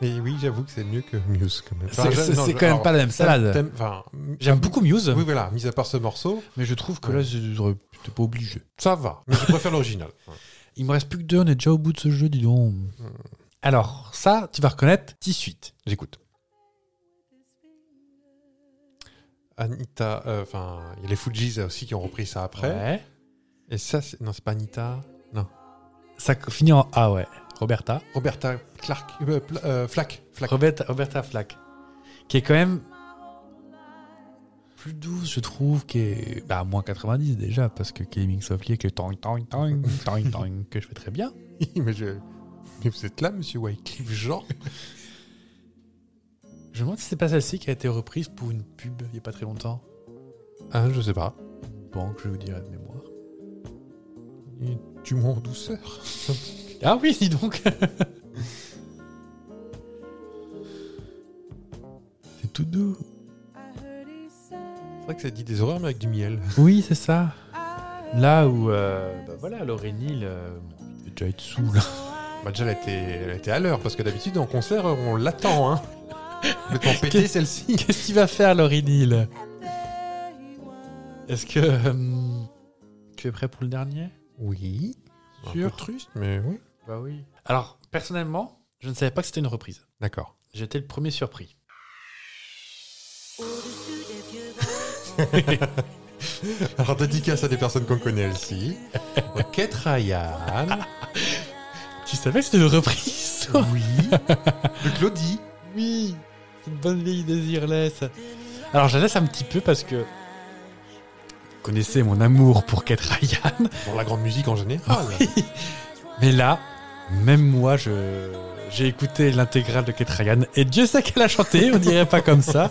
Mais oui, j'avoue que c'est mieux que Muse quand même. C'est- C'est c'est quand même pas la même salade. J'aime beaucoup Muse, Oui, voilà, mis à part ce morceau, mais je trouve que Ouais. là, j'aurais- j'étais pas obligé. ça va. Mais je préfère l'original. Il me reste plus que deux, on est déjà au bout de ce jeu, dis donc. Hmm. Alors, ça, tu vas reconnaître 18. J'écoute. Anita, euh, enfin, il y a les Fujis aussi qui ont repris ça après. Ouais. Et ça, c'est- non, c'est pas Anita, non. Ça finit en A, ouais. Roberta. Roberta Clark, euh, Pla- euh, Flack, Flack. Roberta, Roberta Flack. Qui est quand même plus douce, je trouve, qui est bah, moins 90 déjà, parce que Gaming Softly avec le tang, tang, tang, tang, tang, que je fais très bien. mais, je... mais vous êtes là, monsieur Wycliffe Jean Je me demande si c'est pas celle-ci qui a été reprise pour une pub il y a pas très longtemps. Ah, je sais pas. Banque, je vous dirai de mémoire. Tu moi en douceur. Ah oui, dis donc C'est tout doux. C'est vrai que ça dit des horreurs, mais avec du miel. Oui, c'est ça. Là où, euh, bah voilà, Laurénil, euh, il devait déjà être saoul. Bah, déjà, elle était, elle était à l'heure, parce que d'habitude, en concert, on l'attend, hein. Complètement pété, celle-ci. Qu'est-ce qu'il va faire, Laurénil Est-ce que euh, tu es prêt pour le dernier Oui. Un peu Sûr. triste, mais oui. Bah oui. Alors, personnellement, je ne savais pas que c'était une reprise. D'accord. J'étais le premier surpris. Alors, dédicace à des personnes qu'on connaît aussi. Kate Ryan. Tu savais que c'était une reprise toi oui. De Claudie. Oui, c'est une bonne vieille désirless. Alors je la laisse un petit peu parce que vous connaissez mon amour pour Kate Ryan, Ah Pour la grande musique en général. mais là, Même moi, je j'ai écouté l'intégrale de Ketragan et Dieu sait qu'elle a chanté, on dirait pas comme ça.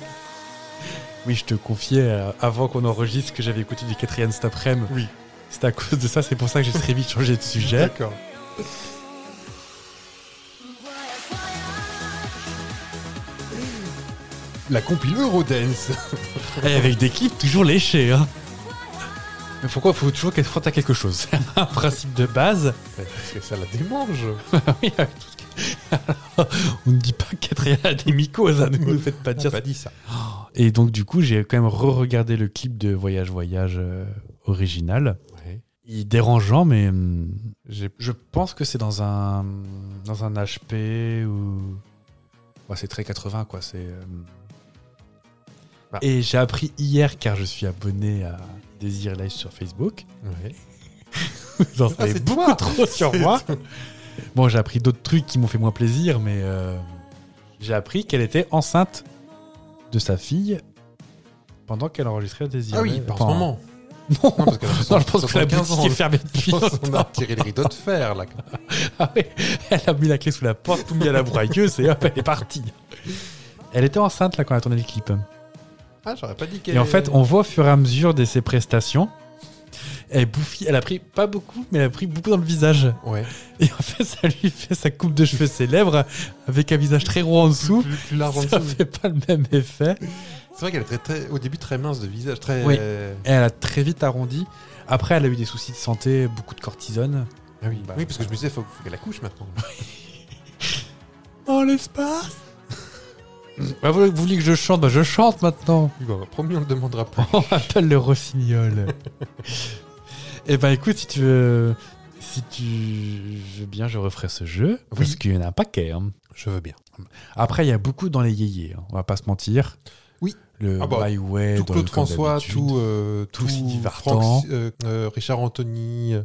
Oui, je te confiais euh, avant qu'on enregistre que j'avais écouté du Ketragan cet après-midi. Oui. C'est à cause de ça, c'est pour ça que j'ai très vite changé de sujet. D'accord. La compile Eurodance. Et avec des clips toujours léchés. Hein. Mais pourquoi faut toujours qu'elle frotte à quelque chose C'est un principe de base. Parce que ça la démange. Oui, avec tout ce qui- on ne dit pas qu'Adrien a des mycoses, hein, ne nous faites pas dire ça. dit ça. Et donc, du coup, j'ai quand même re-regardé le clip de Voyage Voyage euh, original. Ouais. Il est dérangeant, mais hum, J'ai je pense que c'est dans un, dans un HP ou. Ouais, c'est très 80, quoi. C'est. euh, Bah. Et j'ai appris hier, car je suis abonné à Désir Live sur Facebook. ouais. Vous en Ah, savez c'est beaucoup toi trop sur C'est moi. Bon, j'ai appris d'autres trucs qui m'ont fait moins plaisir, mais euh, j'ai appris qu'elle était enceinte de sa fille pendant qu'elle enregistrait des Ah oui, Irlandais. par ce Enfin, moment. Non, Non, parce que non, je pense que la boutique est fermée depuis On a longtemps. tiré le rideau de fer là. Ah ouais, elle a mis la clé sous la porte, tout mis à la broyeuse et hop, elle est partie. Elle était enceinte là quand elle a tourné le clip. Ah, j'aurais pas dit qu'elle. Et en fait, on voit au fur et à mesure de ses prestations, elle bouffit, elle a pris pas beaucoup, mais elle a pris beaucoup dans le visage. Ouais. Et en fait, ça lui fait sa coupe de cheveux célèbre avec un visage très rond en dessous. Plus, plus large en Ça dessous. fait pas le même effet. C'est vrai qu'elle est très, très- au début très mince de visage, très. euh, Oui. Et elle a très vite arrondi. Après, elle a eu des soucis de santé, beaucoup de cortisone. Ah oui, Bah, oui, parce que je me disais, faut, faut qu'elle accouche maintenant. Oh, l'espace bah, vous, vous voulez que je chante Bah, je chante maintenant. Oui, bah, promis, on le demandera pas. On m'appelle le rossignol. Eh ben, écoute, si tu veux... Si tu veux bien, je referai ce jeu. Oui. Parce qu'il y en a un paquet. hein. Je veux bien. Après, il y a beaucoup dans les yéyés. hein. On va pas se mentir. Oui. Le Ah bah, My Way, tout dans Claude le Comme François, d'habitude. tout, euh, tout tout, Sylvie Franck, Vartan. euh, euh, Richard Anthony. euh,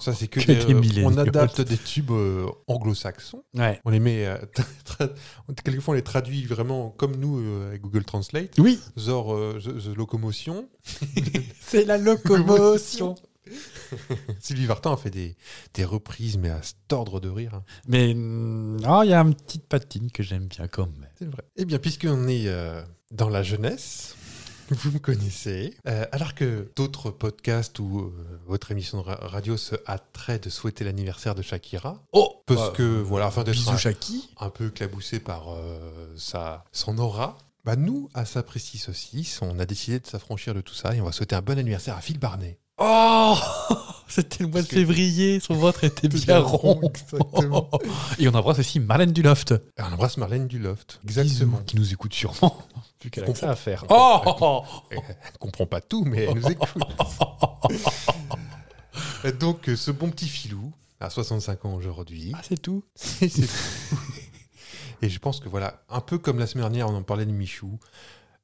Ça, c'est que, Que des des, euh, milléniaux. On adapte des tubes euh, anglo-saxons. Ouais. On les met. euh, tra- tra- quelquefois, on les traduit vraiment comme nous euh, avec Google Translate. Oui, Zor, euh, the, The Locomotion. c'est la locomotion. Sylvie Vartan a fait des, des reprises, mais à se tordre de rire. hein. Mais mm, ah, il y a une petite patine que j'aime bien quand même. C'est vrai. Eh bien, puisqu'on est euh, dans la jeunesse, vous me connaissez. Euh, alors que d'autres podcasts ou euh, votre émission de ra- radio se hâterait de souhaiter l'anniversaire de Shakira, Oh parce que, voilà, afin d'être Bisous un, Shaki. un peu éclaboussé par euh, sa, son aura, bah nous, à sa précise saucisse, on a décidé de s'affranchir de tout ça et on va souhaiter un bon anniversaire à Phil Barnet. Oh C'était le mois Parce de que- février, son ventre était bien rond. Exactement. Et on embrasse aussi Marlène Duloft. Et on embrasse Marlène du Loft. Exactement. Bisous, Qui nous écoute sûrement. Vu qu'elle a que Comprends- ça à faire. comprends- Oh Elle comprend pas tout, mais elle nous écoute. Donc, euh, ce bon petit filou, à 65 ans aujourd'hui, Ah, c'est tout. c'est tout. Et je pense que voilà, un peu comme la semaine dernière, on en parlait de Michou,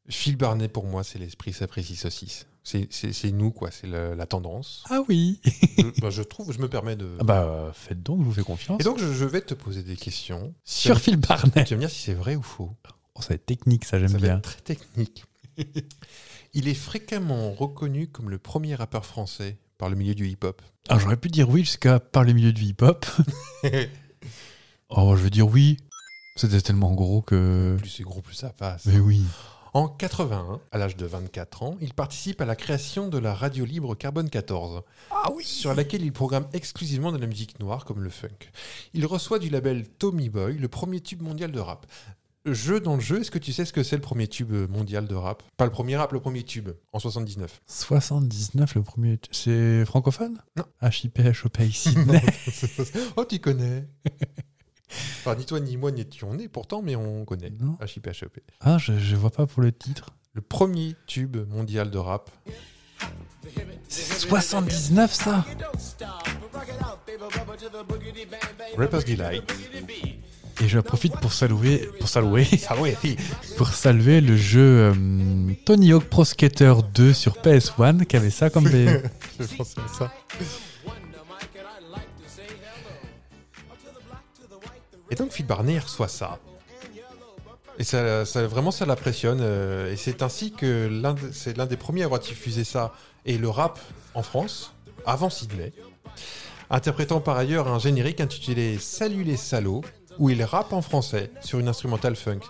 Phil Barnet, pour moi, c'est l'esprit s'apprécie saucisse. C'est- C'est c'est nous, quoi, c'est le- la tendance. Ah oui. je, bah, je trouve, je me permets de... Ah bah, euh, faites donc, je vous fais confiance. Et donc, je, je vais te poser des questions. Sur Phil Barnet. Tu vas me dire si c'est vrai ou faux. Oh, ça va être technique, ça, j'aime Ça va bien. être très technique. Il est fréquemment reconnu comme le premier rappeur français par le milieu du hip-hop. Ah, j'aurais pu dire oui jusqu'à par le milieu du hip-hop. oh, je veux dire oui. C'était tellement gros que. Plus c'est gros, plus ça passe. Mais oui. En 81, à l'âge de 24 ans, il participe à la création de la radio libre Carbone 14, Ah oui sur laquelle il programme exclusivement de la musique noire comme le funk. Il reçoit du label Tommy Boy le premier tube mondial de rap. Jeu dans le jeu, est-ce que tu sais ce que c'est le premier tube euh, mondial de rap Pas le premier rap, le premier tube, en 79. 79, le premier. C'est francophone Non. HIPH, Sydney. oh, tu connais Enfin, ni toi ni moi n'étions nés pourtant, mais on connaît. Non. HIPHOP. ah, je, je vois pas pour le titre. E Le premier tube mondial de rap. C'est 79, ça Rapper's Delight. Et je profite pour saluer. Pour saluer. Saloué, fille. Pour saluer le jeu euh, Tony Hawk Pro Skater 2 sur PS1 qui avait ça comme des. Je pense à ça. Et donc Phil Barney reçoit ça. Et ça, ça- vraiment, ça l'impressionne. euh, Et c'est ainsi que l'un de- c'est l'un des premiers à avoir diffusé ça et le rap en France, avant Sydney. interprétant par ailleurs un générique intitulé Salut les salauds, où il rappe en français sur une instrumentale funk.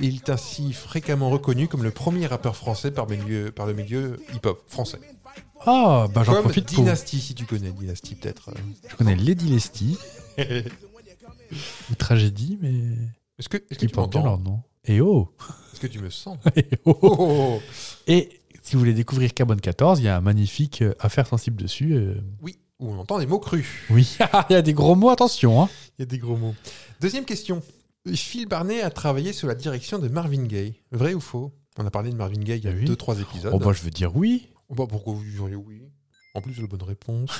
Il est ainsi fréquemment reconnu comme le premier rappeur français par, milieu- par le milieu hip-hop français. Ah, bah j'en Comme profite pour. Dynasty, si tu connais Dynasty peut-être. euh. Je connais Lady Lesty, Est-ce une tragédie, mais. que, est-ce que Qui tu porte bien m'entends leur nom. Et oh Est-ce que tu me sens Et oh, Oh, oh, oh. Et si vous voulez découvrir Carbone 14, il y a un magnifique euh, affaire sensible dessus. euh. Oui, où on entend des mots crus. Oui, il y a des gros mots, attention. hein. Il y a des gros mots. Deuxième question. Phil Barnet a travaillé sous la direction de Marvin Gaye. Vrai ou faux On a parlé de Marvin Gaye il y a Ah oui. 2-3 épisodes. Oh, bah, je veux dire oui. Oh, bah, pourquoi vous diriez oui En plus, c'est la bonne réponse.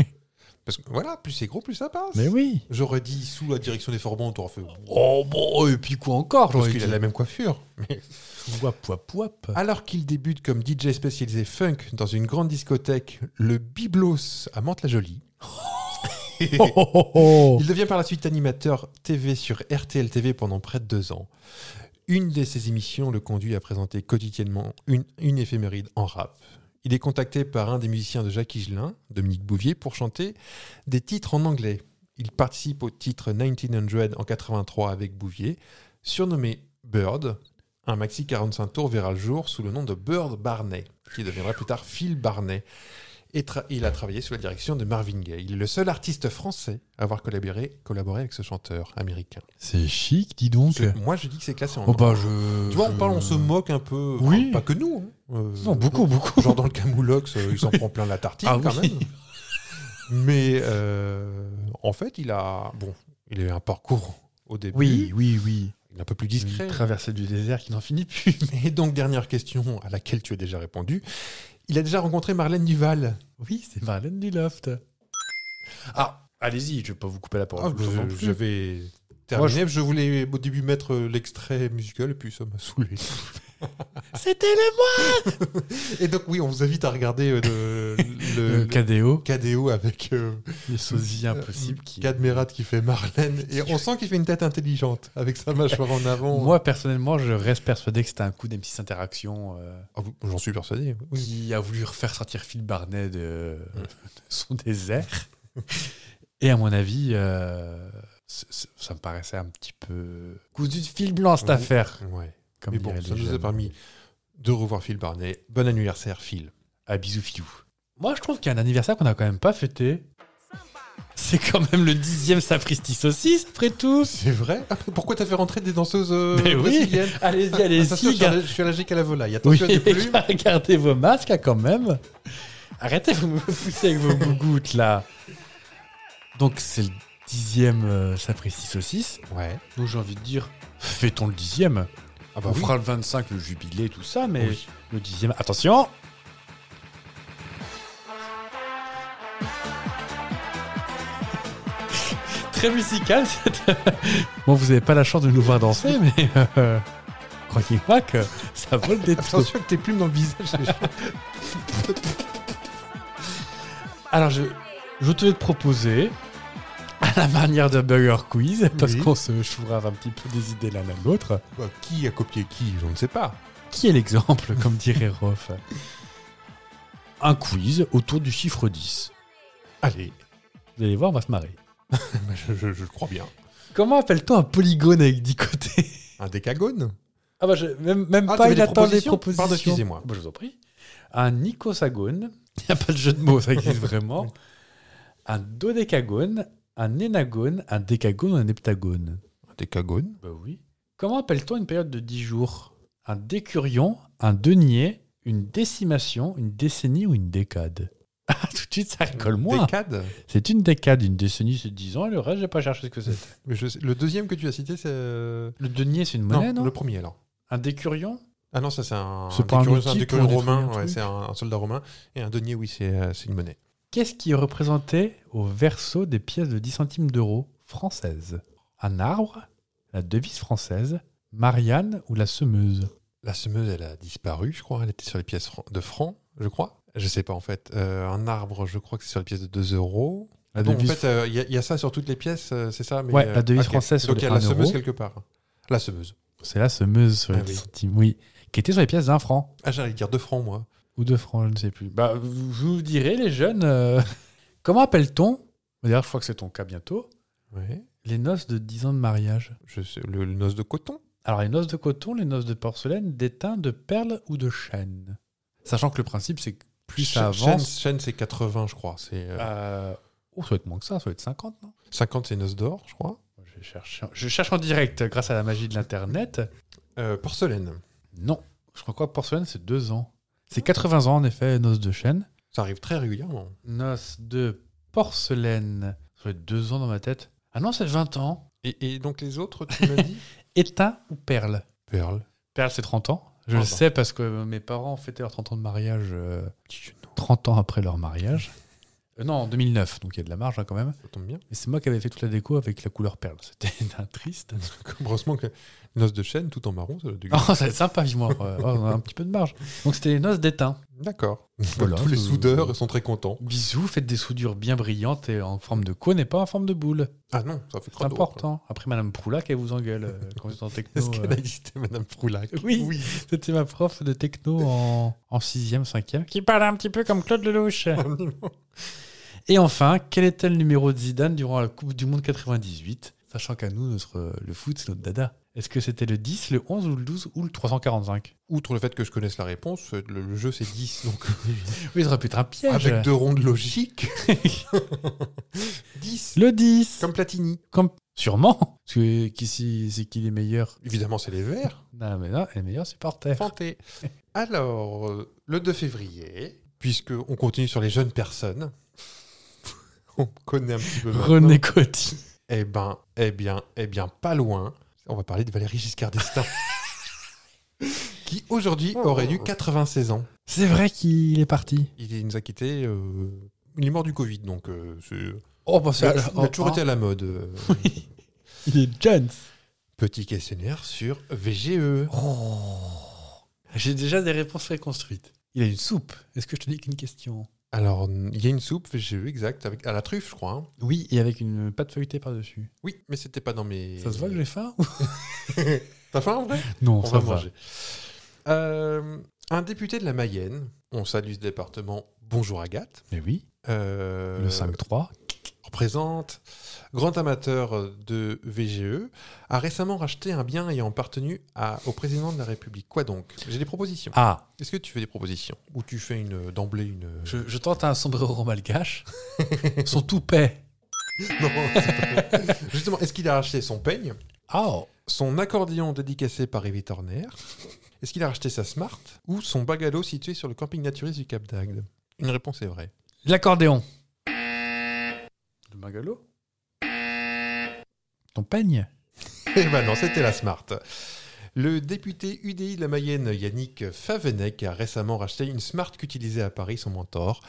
Parce que voilà, plus c'est gros, plus ça passe. Mais oui. J'aurais dit sous la direction des Forbans, t'aurais fait. Oh, bon, et puis quoi encore Parce qu'il a la Ah. même coiffure. Wap, wap, wap. Alors qu'il débute comme DJ spécialisé funk dans une grande discothèque, le Biblos à Mantes-la-Jolie, Oh, oh, oh, oh. il devient par la suite animateur TV sur RTL TV pendant près de deux ans. Une de ses émissions le conduit à présenter quotidiennement une, une éphéméride en rap. Il est contacté par un des musiciens de Jacques Higelin, Dominique Bouvier, pour chanter des titres en anglais. Il participe au titre 1900 en 83 avec Bouvier, surnommé Bird. Un maxi 45 tours verra le jour sous le nom de Bird Barney, qui deviendra plus tard Phil Barney. Et tra- il a travaillé sous la direction de Marvin Gaye. Il est le seul artiste français à avoir collaboré, collaboré avec ce chanteur américain. C'est chic, dis donc. C'est- Moi, je dis que c'est classé en Oh, bah, je. tu vois, on je- parle, on se moque un peu. Oui. Enfin, pas que nous. hein. Euh, Non, beaucoup, beaucoup. Genre dans le Camoulox, euh, il s'en prend plein la tartine Ah quand oui. même. Mais euh, en fait, il a. Bon, il a eu un parcours au début. Oui, oui, oui. Il est un peu plus discret. traversée du désert qui n'en finit plus. Et donc, dernière question à laquelle tu as déjà répondu. Il a déjà rencontré Marlène Duval. Oui, c'est Marlène du Loft. Ah, allez-y, je vais pas vous couper la parole. Oh, je, je vais terminer. je... voulais au début mettre euh, l'extrait musical et puis ça m'a saoulé. C'était le moi Et donc, oui, on vous invite à regarder euh, le, le- Le le KDO, KDO avec. euh, euh, les sosies impossibles qui... Cadmerat qui fait Marlène et on sent qu'il fait une tête intelligente avec sa mâchoire en avant. Moi, personnellement, je reste persuadé que c'était un coup d'M6 Interaction euh, Ah, vous- j'en suis persuadé. oui. qui a voulu refaire sortir Phil Barnet de, de son désert. Et à mon avis, euh, c- c- ça me paraissait un petit peu cousu de fil blanc, cette Oui. affaire. Ouais. Comme Mais bon, diraient ça les nous a jeunes. permis de revoir Phil Barnet. Bon anniversaire Phil. à Ah, bisous filou. Moi, je trouve qu'il y a un anniversaire qu'on n'a quand même pas fêté. C'est quand même le dixième Sapristi Saucisse, après tout. C'est vrai Ah, Pourquoi t'as fait rentrer des danseuses euh, Mais oui. brésiliennes Allez-y, Attention, allez-y. je suis gar- aller- je suis allergique à la volaille. Oui, Attention à des plumes. gardez vos masques, hein, quand même. Arrêtez de me pousser avec vos gougouttes, là. Donc, c'est le dixième euh, Sapristi Saucisse. Ouais. Donc, j'ai envie de dire, fêtons le dixième. Ah bah On oui. fera le 25, le jubilé, tout ça, mais Oui. le dixième... Attention Très musical, cette... Bon, vous n'avez pas la chance de nous voir danser, mais... euh, Croyez-moi que ça vaut le détour. Attention avec tes plumes dans le visage. Alors, je, je te vais te proposer, à la manière de Burger Quiz, parce Oui. qu'on se chourave un petit peu des idées l'un à l'autre, Bah, qui a copié qui Je ne sais pas. Qui est l'exemple, comme dirait Rof Un quiz autour du chiffre 10. Allez, Vous allez voir, on va se marrer. bah, je, je- je le crois bien. Comment appelle-t-on un polygone avec 10 côtés Un décagone Ah bah, je- même, même Ah, pas, t'avais il des attend des propositions propositions. Pardon, excusez-moi. Bah, je vous en prie. Un icosagone. Il n'y a pas de jeu de mots, ça existe vraiment. Un dodécagone, un énagone, un décagone, un heptagone. Un décagone Bah oui. Comment appelle-t-on une période de 10 jours Un décurion, un denier, une décimation, une décennie ou une décade Ah, tout de suite, ça rigole moins. Décade C'est une décade, une décennie, c'est 10 ans, et le reste, j'ai pas cherché ce que c'était. Mais je sais- Le deuxième que tu as cité, c'est. euh, Le denier, c'est une monnaie, non, le premier alors. Un décurion Ah non, ça c'est un, C'est pas un décurion- outil c'est décurion pour détruire romain, un ouais, truc. c'est un, un soldat romain. Et un denier, oui, c'est euh, c'est une monnaie. Qu'est-ce qui est représenté au verso des pièces de 10 centimes d'euros françaises Un arbre, la devise française, Marianne ou la semeuse La semeuse, elle a disparu, je crois. Elle était sur les pièces fran- de francs, je crois. Je sais pas en fait. Euh, un arbre, je crois que c'est sur les pièces de 2 euros. La Donc en devise- fait, euh, il y, a- il y a ça sur toutes les pièces, euh, c'est ça mais, Ah, Ouais, la devise ok. française sur Donc il les y a la 1 semeuse euro. quelque part. La semeuse. C'est la semeuse sur les Ah 10 oui. centimes, oui. Qui était sur les pièces d'un franc. Ah, j'allais dire 2 francs, moi. Ou deux francs, je ne sais plus. Bah, vous vous direz, les jeunes. euh, Comment appelle-t-on D'ailleurs, je crois que c'est ton cas bientôt. Ouais. Les noces de 10 ans de mariage. Je sais, le, le noce de coton. Alors, les noces de coton, les noces de porcelaine, d'étain, de perles ou de chêne. Sachant que le principe, c'est que plus ça Cha- chaîne- avance. chaîne, c'est 80, je crois. C'est euh, euh, Oh, ça doit être moins que ça, ça doit être 50, non 50, c'est noce d'or, je crois. je cherche, je cherche en direct grâce à la magie de l'Internet. Euh, porcelaine. Non, je crois que porcelaine, c'est 2 ans. C'est 80 ans, en effet, noces de chêne. Ça arrive très régulièrement. Noces de porcelaine, ça doit être 2 ans dans ma tête. Ah non, c'est 20 ans. Et, et donc les autres, tu m'as dit Étain ou perle Perle. Perle, c'est 30 ans. Je le 30 ans. sais parce que mes parents fêtaient leurs 30 ans de mariage euh, 30 ans après leur mariage. Euh, non, en 2009, donc il y a de la marge hein, quand même. Ça tombe bien. Et c'est moi qui avais fait toute la déco avec la couleur perle. C'était un triste. Heureusement que noce de chêne, tout en marron, ça doit être du- Oh, ça va être sympa, vivement. Euh, ouais, on a un petit peu de marge. Donc c'était les noces d'étain. D'accord. Voilà, Tous les je- soudeurs sont très contents. Bisous, faites des soudures bien brillantes et en forme de cône et pas en forme de boule. Ah non, ça fait C'est crado, important. Après, Madame Proulac, elle vous engueule euh, quand vous êtes en après. techno. Est-ce qu'elle euh. a existé, Madame Proulac Oui. C'était ma prof de techno en, en 6e, 5e, qui parlait un petit peu comme Claude Lelouch. Et enfin, quel était le numéro de Zidane durant la Coupe du Monde 98 Sachant qu'à nous, notre, euh, le foot, c'est notre dada. Est-ce que c'était le 10, le 11 ou le 12 ou le 345 Outre le fait que je connaisse la réponse, euh, le, le jeu c'est 10, donc Oui, ça aurait pu être un piège. avec deux rondes logiques. 10, Le 10 comme Platini. Comme- Sûrement Parce que qui, si- c'est qui les meilleurs Évidemment, c'est les verts. Non, mais non, les meilleurs supporters. Fanté. Alors, euh, le 2 février, puisque on continue sur les jeunes personnes, on connaît un petit peu maintenant. René Coty. Eh ben, eh bien, eh bien, pas loin. On va parler de Valérie Giscard d'Estaing. qui aujourd'hui Oh. aurait eu 96 ans. C'est vrai qu'il est parti. Il nous a quittés. euh, il est mort du Covid, donc euh, c'est- Oh, bah il a, il a toujours été à la mode. euh. Il est jeune. Petit questionnaire sur E. VGE. Oh. J'ai déjà des réponses préconstruites. Il a une soupe. Est-ce que je te dis qu'une question Alors, il y a une soupe VGE exacte avec à la truffe, je crois. hein. Oui, et avec une pâte feuilletée par-dessus. Oui, mais c'était pas dans mes. Ça se voit que j'ai faim T'as faim en vrai Non, On va manger. Euh, un député de la Mayenne. On salue ce département. Bonjour Agathe. Mais oui, Euh, le 5-3. représente, grand amateur de VGE, a récemment racheté un bien ayant appartenu à- au président de la République. Quoi donc J'ai des propositions. Ah, Est-ce que tu fais des propositions Ou tu fais une d'emblée une... je, je tente un sombrero malgache. Son toupet. Non, c'est pas vrai. Justement, est-ce qu'il a racheté son peigne Ah, Son accordéon dédicacé par Evie Torner Est-ce qu'il a racheté sa Smart Ou son bagalo situé sur le camping naturiste du Cap d'Agde Une réponse est vraie. l'accordéon. Le bungalow Ton peigne Eh ben non, c'était la Smart. Le député UDI de la Mayenne, Yannick Favenec, a récemment racheté une Smart qu'utilisait à Paris son mentor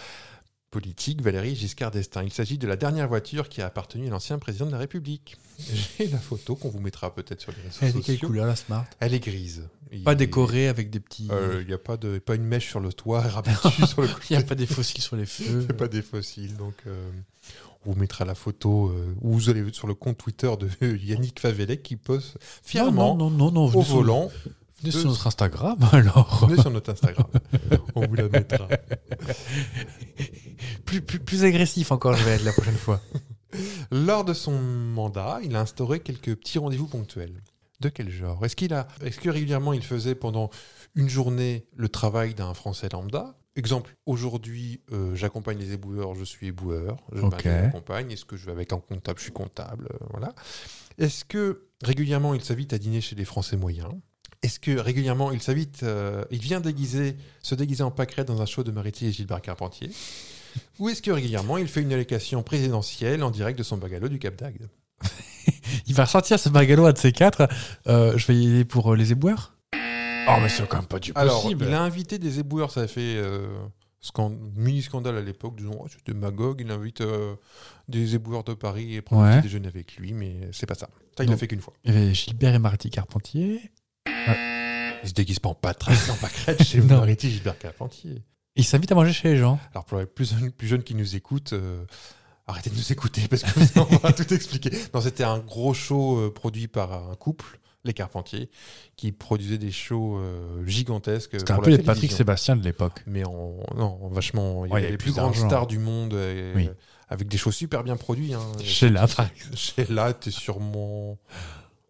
politique, Valérie Giscard d'Estaing. Il s'agit de la dernière voiture qui a appartenu à l'ancien président de la République. J'ai la photo qu'on vous mettra peut-être sur les réseaux Elle est de sociaux. quelle couleur la smart Elle est grise. Il- Pas décorée avec des petits. Il n'y Euh, a pas, de, pas une mèche sur le toit rabattue sur le côté. Il n'y a pas des fossiles sur les feux. C'est pas des fossiles, donc euh, on vous mettra la photo euh, ou vous allez sur le compte Twitter de Yannick Favelec qui poste fièrement non, non, non, non, au venez sur- volant. venez de- sur notre Instagram alors. Venez sur notre Instagram, on vous la mettra. Plus, plus, plus agressif encore, je vais être la prochaine fois. Lors de son mandat, il a instauré quelques petits rendez-vous ponctuels. De quel genre Est-ce qu'il a, est-ce que régulièrement il faisait pendant une journée le travail d'un Français lambda Exemple, aujourd'hui, euh, j'accompagne les éboueurs, je suis éboueur, je Ok. m'accompagne. Est-ce que je vais avec un comptable Je suis comptable, euh, voilà. Est-ce que régulièrement il s'invite à dîner chez les Français moyens Est-ce que régulièrement il s'invite, euh, il vient déguiser, se déguiser en pâquerette dans un show de Mariti et Gilbert Carpentier Ou est-ce que régulièrement il fait une allocation présidentielle en direct de son bagalo du Cap d'Agde Il va ressortir ce bagalo à de ces quatre. Euh, je vais y aller pour euh, les éboueurs Oh, mais c'est quand même pas du Alors, possible. il a invité des éboueurs, ça a fait euh, scan- mini-scandale à l'époque, disons, oh, c'était Magog, il invite euh, des éboueurs de Paris et prend un Ouais. petit déjeuner avec lui, mais c'est pas ça. Ça, il l'a Non. fait qu'une fois. Il y avait Gilbert et Marty Carpentier. Il se déguise pas en patrace, en pâquerette chez Non. Mariti Gilbert Carpentier. Il s'invite à manger chez les gens. Alors, pour les plus, plus jeunes qui nous écoutent, euh, arrêtez de nous écouter parce que ça, on va tout expliquer. Non, c'était un gros show euh, produit par un couple, les Carpentiers, qui produisait des shows euh, gigantesques. C'était un pour peu la les Patrick télévision. Sébastien de l'époque. mais en, non, en vachement. Il y Ouais, avait les plus grandes d'argent. stars du monde euh, Oui. avec des choses super bien produites. Hein. Chez là, par exemple. Chez là, t'es sûrement.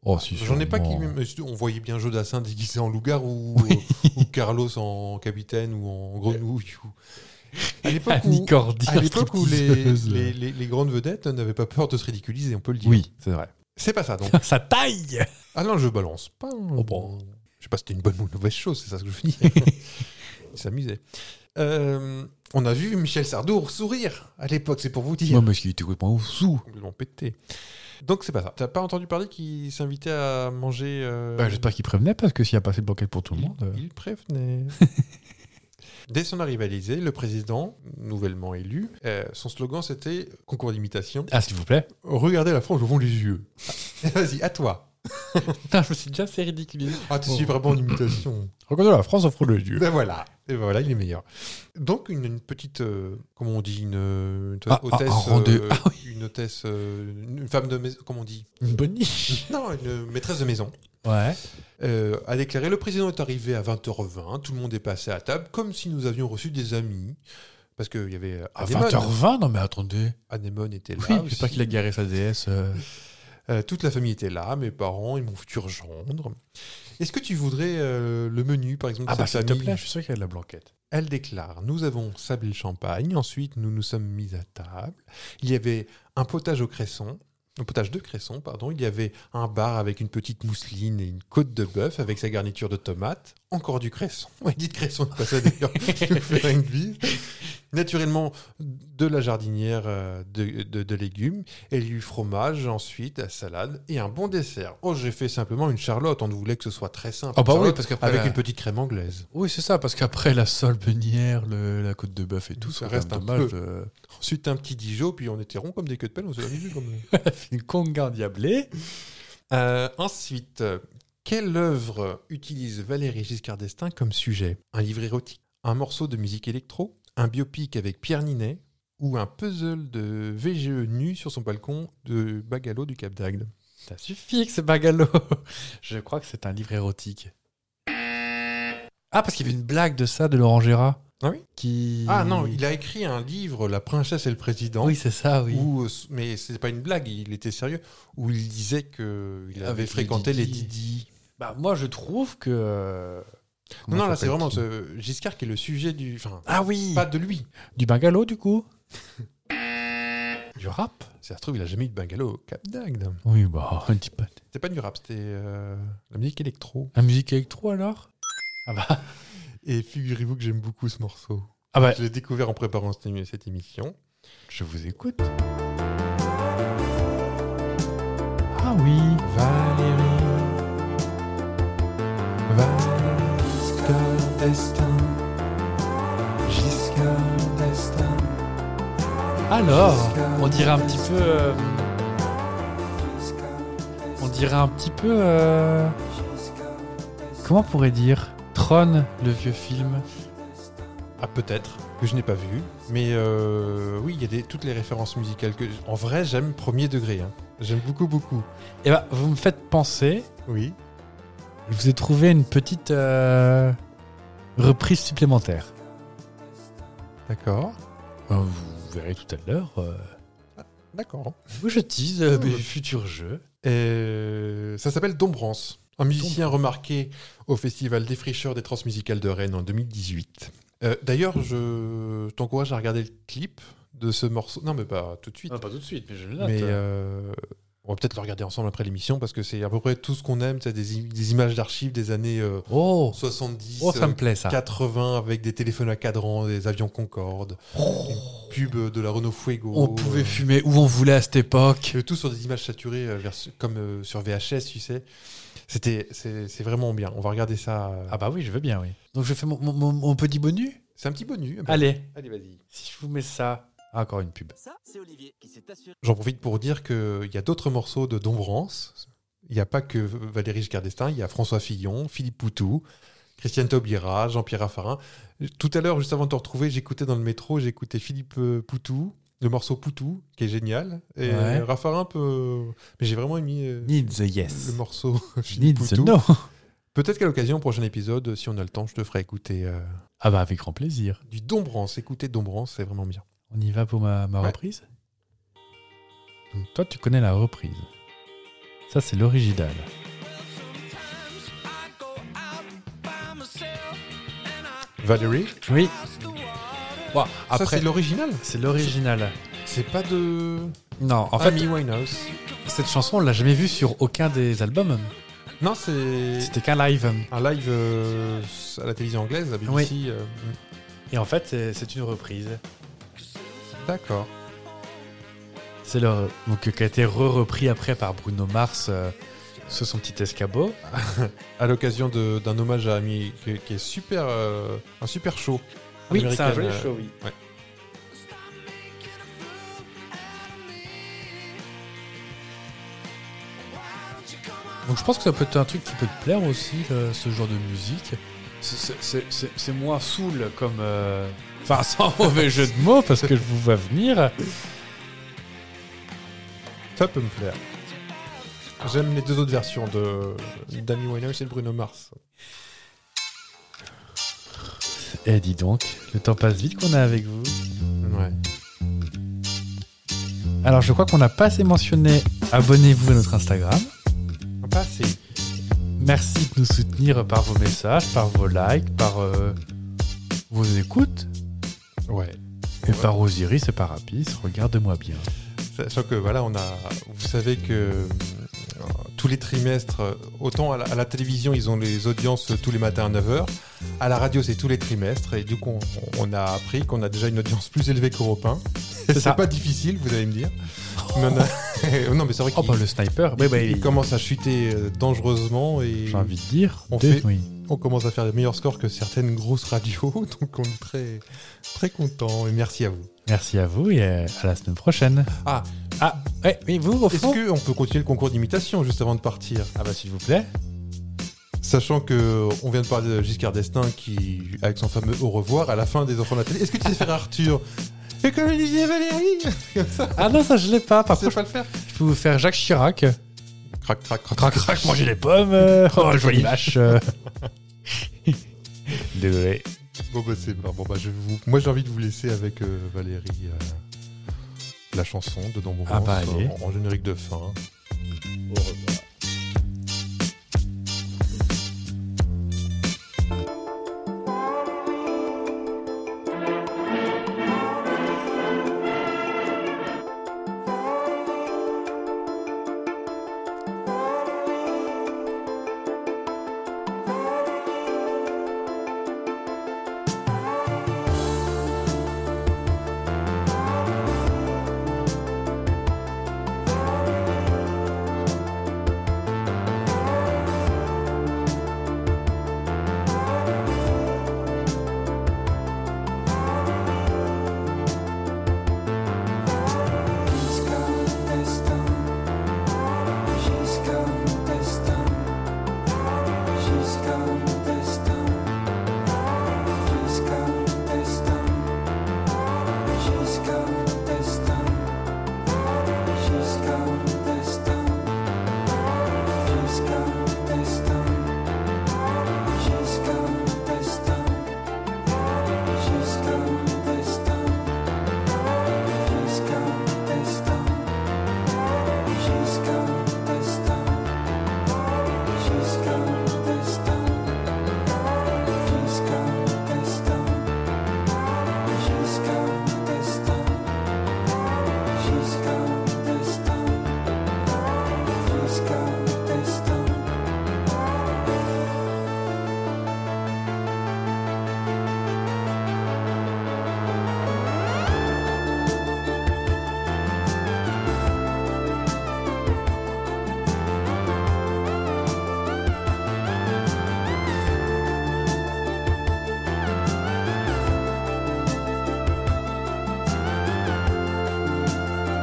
Oh, si, J'en ai pas qui. sûrement. mais surtout, On voyait bien Jodassin déguisé en loup-garou ou, ou Carlos en capitaine ou en grenouille. ou- À l'époque Annie où, Cordy, à l'époque où les, stripteaseuse. les, les- les grandes vedettes n'avaient pas peur de se ridiculiser, on peut le dire. Oui, c'est vrai. C'est pas ça donc. Ça taille Ah non, je balance pas. Oh bon. Je sais pas si c'était une bonne ou une mauvaise chose, c'est ça ce que je finis. Il s'amusait. Euh, on a vu Michel Sardou sourire à l'époque, c'est pour vous dire. mais ce qui était complètement sous. Ils l'ont pété. Donc c'est pas ça. T'as pas entendu parler qu'il s'invitait à manger. euh, Bah, J'espère qu'il prévenait, parce que s'il a passé le banquet pour tout le il- monde. euh, Il prévenait. Dès son arrivée à l'Élysée, le président, nouvellement élu, euh, son slogan c'était concours d'imitation. Ah, s'il vous plaît. Regardez la France au fond des yeux. Ah. Vas-y, à toi. Putain, je me suis déjà assez ridiculisé. Ah, tu Oh. suis vraiment en imitation. Regardez la France offre le dieu. Ben voilà. Et ben voilà, il est meilleur. Donc une, une petite, euh, comment on dit, une, une Ah, ah, hôtesse, un rendez- euh, Ah une hôtesse, euh, une femme de maison, comment on dit Une bonne niche. Non, une maîtresse de maison Ouais. euh, a déclaré le président est arrivé à 20h20, tout le monde est passé à table comme si nous avions reçu des amis. Parce qu'il y avait À Anémone. 20h20 Non, mais attendez. Ah Anémone était là. Oui, aussi. j'espère qu'il a garé sa DS. euh. Euh, toute la famille était là, mes parents et mon futur gendre. Est-ce que tu voudrais euh, le menu, par exemple, de Ah, bah, cette s'il te famille plaît, je suis sûr qu'il y a de la blanquette. Elle déclare Nous avons sablé le champagne, ensuite nous nous sommes mis à table. Il y avait un potage au cresson, un potage de cresson, pardon. Il y avait un bar avec une petite mousseline et une côte de bœuf avec sa garniture de tomates, encore du cresson. Edith Cresson est passée d'ailleurs nous faire une bise. Naturellement, de la jardinière euh, de, de- de légumes, et du fromage, ensuite la salade et un bon dessert. Oh, j'ai fait simplement une charlotte, on voulait que ce soit très simple. Ah bah oui, Charlotte parce qu'après, Avec euh, une petite crème anglaise. Oui, c'est ça, parce qu'après la sole benière, le- la côte de bœuf et tout, Ça ça reste reste un dommage. peu. de- Ensuite, un petit Dijon, puis on était rond comme des queues de pelle, on s'est amusé comme. Une conga diablée. Euh, ensuite, euh, quelle œuvre utilise Valéry Giscard d'Estaing comme sujet Un livre érotique Un morceau de musique électro Un biopic avec Pierre Ninet Ou un puzzle de VGE nu sur son balcon de Bagalo du Cap d'Agde Ça suffit que c'est bagalo. Je crois que c'est un livre érotique. Ah, parce qu'il y avait une blague de ça de Laurent Gérard. Ah oui Qui... Ah non, il a écrit un livre, La princesse et le président. Oui, c'est ça, oui. Où, euh, mais c'est pas une blague, il était sérieux. Où il disait que il avait Avec les fréquenté les Didi. Didi. Bah, moi, je trouve que. euh, Non, comment non, là c'est s'appelle vraiment qui ce- Giscard qui est le sujet du. Enfin, Ah oui pas de lui. Du bagalo, du coup Du rap Si Ça se trouve, il a jamais eu de bungalow au Cap d'Agde. Oui, bah, un petit peu. C'était pas du rap, c'était euh, la musique électro. La musique électro, alors Ah bah. Et figurez-vous que j'aime beaucoup ce morceau. Ah bah, Je l'ai découvert en préparant cette émi- cette émission. je vous écoute. Ah oui Valérie, Valérie, Giscard d'Estaing, Giscard d'Estaing. Alors, on dirait un petit peu. euh, on dirait un petit peu. euh, comment on pourrait dire Tron, le vieux film. Ah, peut-être, que je n'ai pas vu. Mais euh, oui, il y a des, toutes les références musicales que. En vrai, j'aime premier degré. hein. J'aime beaucoup, beaucoup. Et ben, vous me faites penser. Oui. Je vous ai trouvé une petite euh, reprise supplémentaire. D'accord. Euh, Vous verrez tout à l'heure. euh. D'accord. Moi, je tease euh, mes futurs jeux. Euh, ça s'appelle Dombrance, un musicien remarqué au Festival des Fricheurs des Transmusicales de Rennes en 2018. Euh, D'ailleurs, je t'encourage à regarder le clip de ce morceau. Non, mais pas tout de suite. Ah, pas tout de suite, mais je le mais euh, on va peut-être le regarder ensemble après l'émission parce que c'est à peu près tout ce qu'on aime. C'est des, im- des images d'archives des années euh, Oh, 70, oh, ça euh, me plaît ça. 80 avec des téléphones à cadran, des avions Concorde, Oh. pub de la Renault Fuego. On pouvait euh, fumer où on voulait à cette époque. le tout sur des images saturées, euh, vers- comme euh, sur VHS, tu sais. C'était, c'est, c'est vraiment bien. On va regarder ça. euh, Ah bah oui, je veux bien, oui. Donc je fais mon, mon- mon- mon petit bonus C'est un petit bonus. Ah bah, Allez, allez, vas-y. si je vous mets ça. Ah, encore une pub. Ça, c'est Olivier qui s'est assuré. J'en profite pour dire qu'il y a d'autres morceaux de Dombrance. Il n'y a pas que Valérie Giscard d'Estaing. Il y a François Fillon, Philippe Poutou, Christiane Taubira, Jean-Pierre Raffarin. Tout à l'heure, juste avant de te retrouver, j'écoutais dans le métro, j'écoutais Philippe euh, Poutou, le morceau Poutou, qui est génial. Et euh, Ouais. Raffarin peut. Mais j'ai vraiment aimé euh, Need the yes. le morceau Philippe Need the Poutou. no. Peut-être qu'à l'occasion, au prochain épisode, si on a le temps, je te ferai écouter euh, Ah bah avec grand plaisir. du Dombrance. Écouter Dombrance, c'est vraiment bien. On y va pour ma, ma Ouais. reprise Donc, toi, tu connais la reprise. Ça, c'est l'original. Valérie Oui. Après, après, c'est l'original c'est l'original. C'est pas de. Non, en En fait, Amy Winehouse. cette chanson, on l'a jamais vue sur aucun des albums. Non, c'est C'était qu'un live. un live euh, à la télévision anglaise, à BBC. euh, mm. Et en fait, c'est- c'est une reprise. D'accord. C'est leur. Donc, euh, qui a été re-repris après par Bruno Mars euh, sur son petit escabeau. À l'occasion de- d'un hommage à Amy, qui, qui est super, euh, un super show. américaine, euh, oui. ouais. Donc je pense que ça peut être un truc qui peut te plaire aussi, euh, ce genre de musique. C'est- c'est- c'est- C'est c'est moins saoul comme... euh, Enfin, sans mauvais jeu de mots, parce que je vous vois venir. Ça peut me plaire. J'aime les deux autres versions de d'Amy Winehouse et de Bruno Mars. Eh, dis donc, le temps passe vite qu'on a avec vous. Ouais. Alors, je crois qu'on n'a pas assez mentionné, abonnez-vous à notre Instagram. Pas assez. Merci de nous soutenir par vos messages, par vos likes, par euh, vos écoutes. Ouais. Et par Osiris et par Apis, regarde-moi bien. Sachant que voilà, on a, vous savez que euh, tous les trimestres, euh, autant à la, à la télévision, ils ont les audiences euh, tous les matins à 9h, à la radio, c'est tous les trimestres, et du coup, on, on a appris qu'on a déjà une audience plus élevée qu'Europe 1. ça. C'est pas difficile, vous allez me dire. Mais on a- non, mais c'est vrai Oh, qu'il bah le sniper, il- ouais, bah, il il- commence à chuter euh, dangereusement et j'ai envie de dire. On deux- fait- oui. on commence à faire des meilleurs scores que certaines grosses radios, donc on est très, très content et merci à vous. Merci à vous et euh, à la semaine prochaine. Ah. ah, ouais, oui, vous, au Est-ce fond. qu'on peut continuer le concours d'imitation juste avant de partir Ah, bah s'il vous plaît. Sachant que on vient de parler de Giscard d'Estaing qui, avec son fameux au revoir à la fin des enfants de la télé. Est-ce que tu sais faire Arthur Et comme le disait Valérie Comme ça, Ah non, ça je l'ai pas. Par tu sais contre, pas le faire je peux vous faire Jacques Chirac. Crac, crac, crac, Crac, crac, manger les pommes. euh, Oh, jolie vache. euh. Désolé. Bon bah c'est bon, bon, bah je vous... Moi j'ai envie de vous laisser avec euh, Valérie euh, la chanson de Don Ah, bah, Bourrance, allez. euh, en, en générique de fin.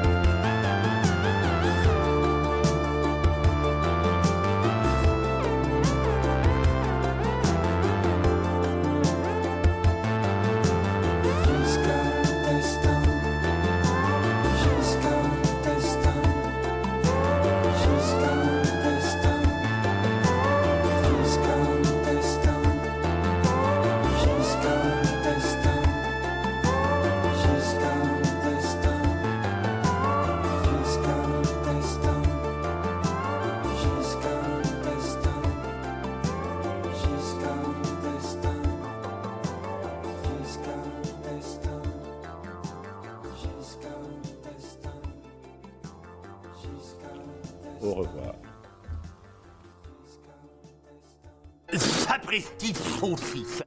Jusqu'à Au revoir. Sapristi saucisse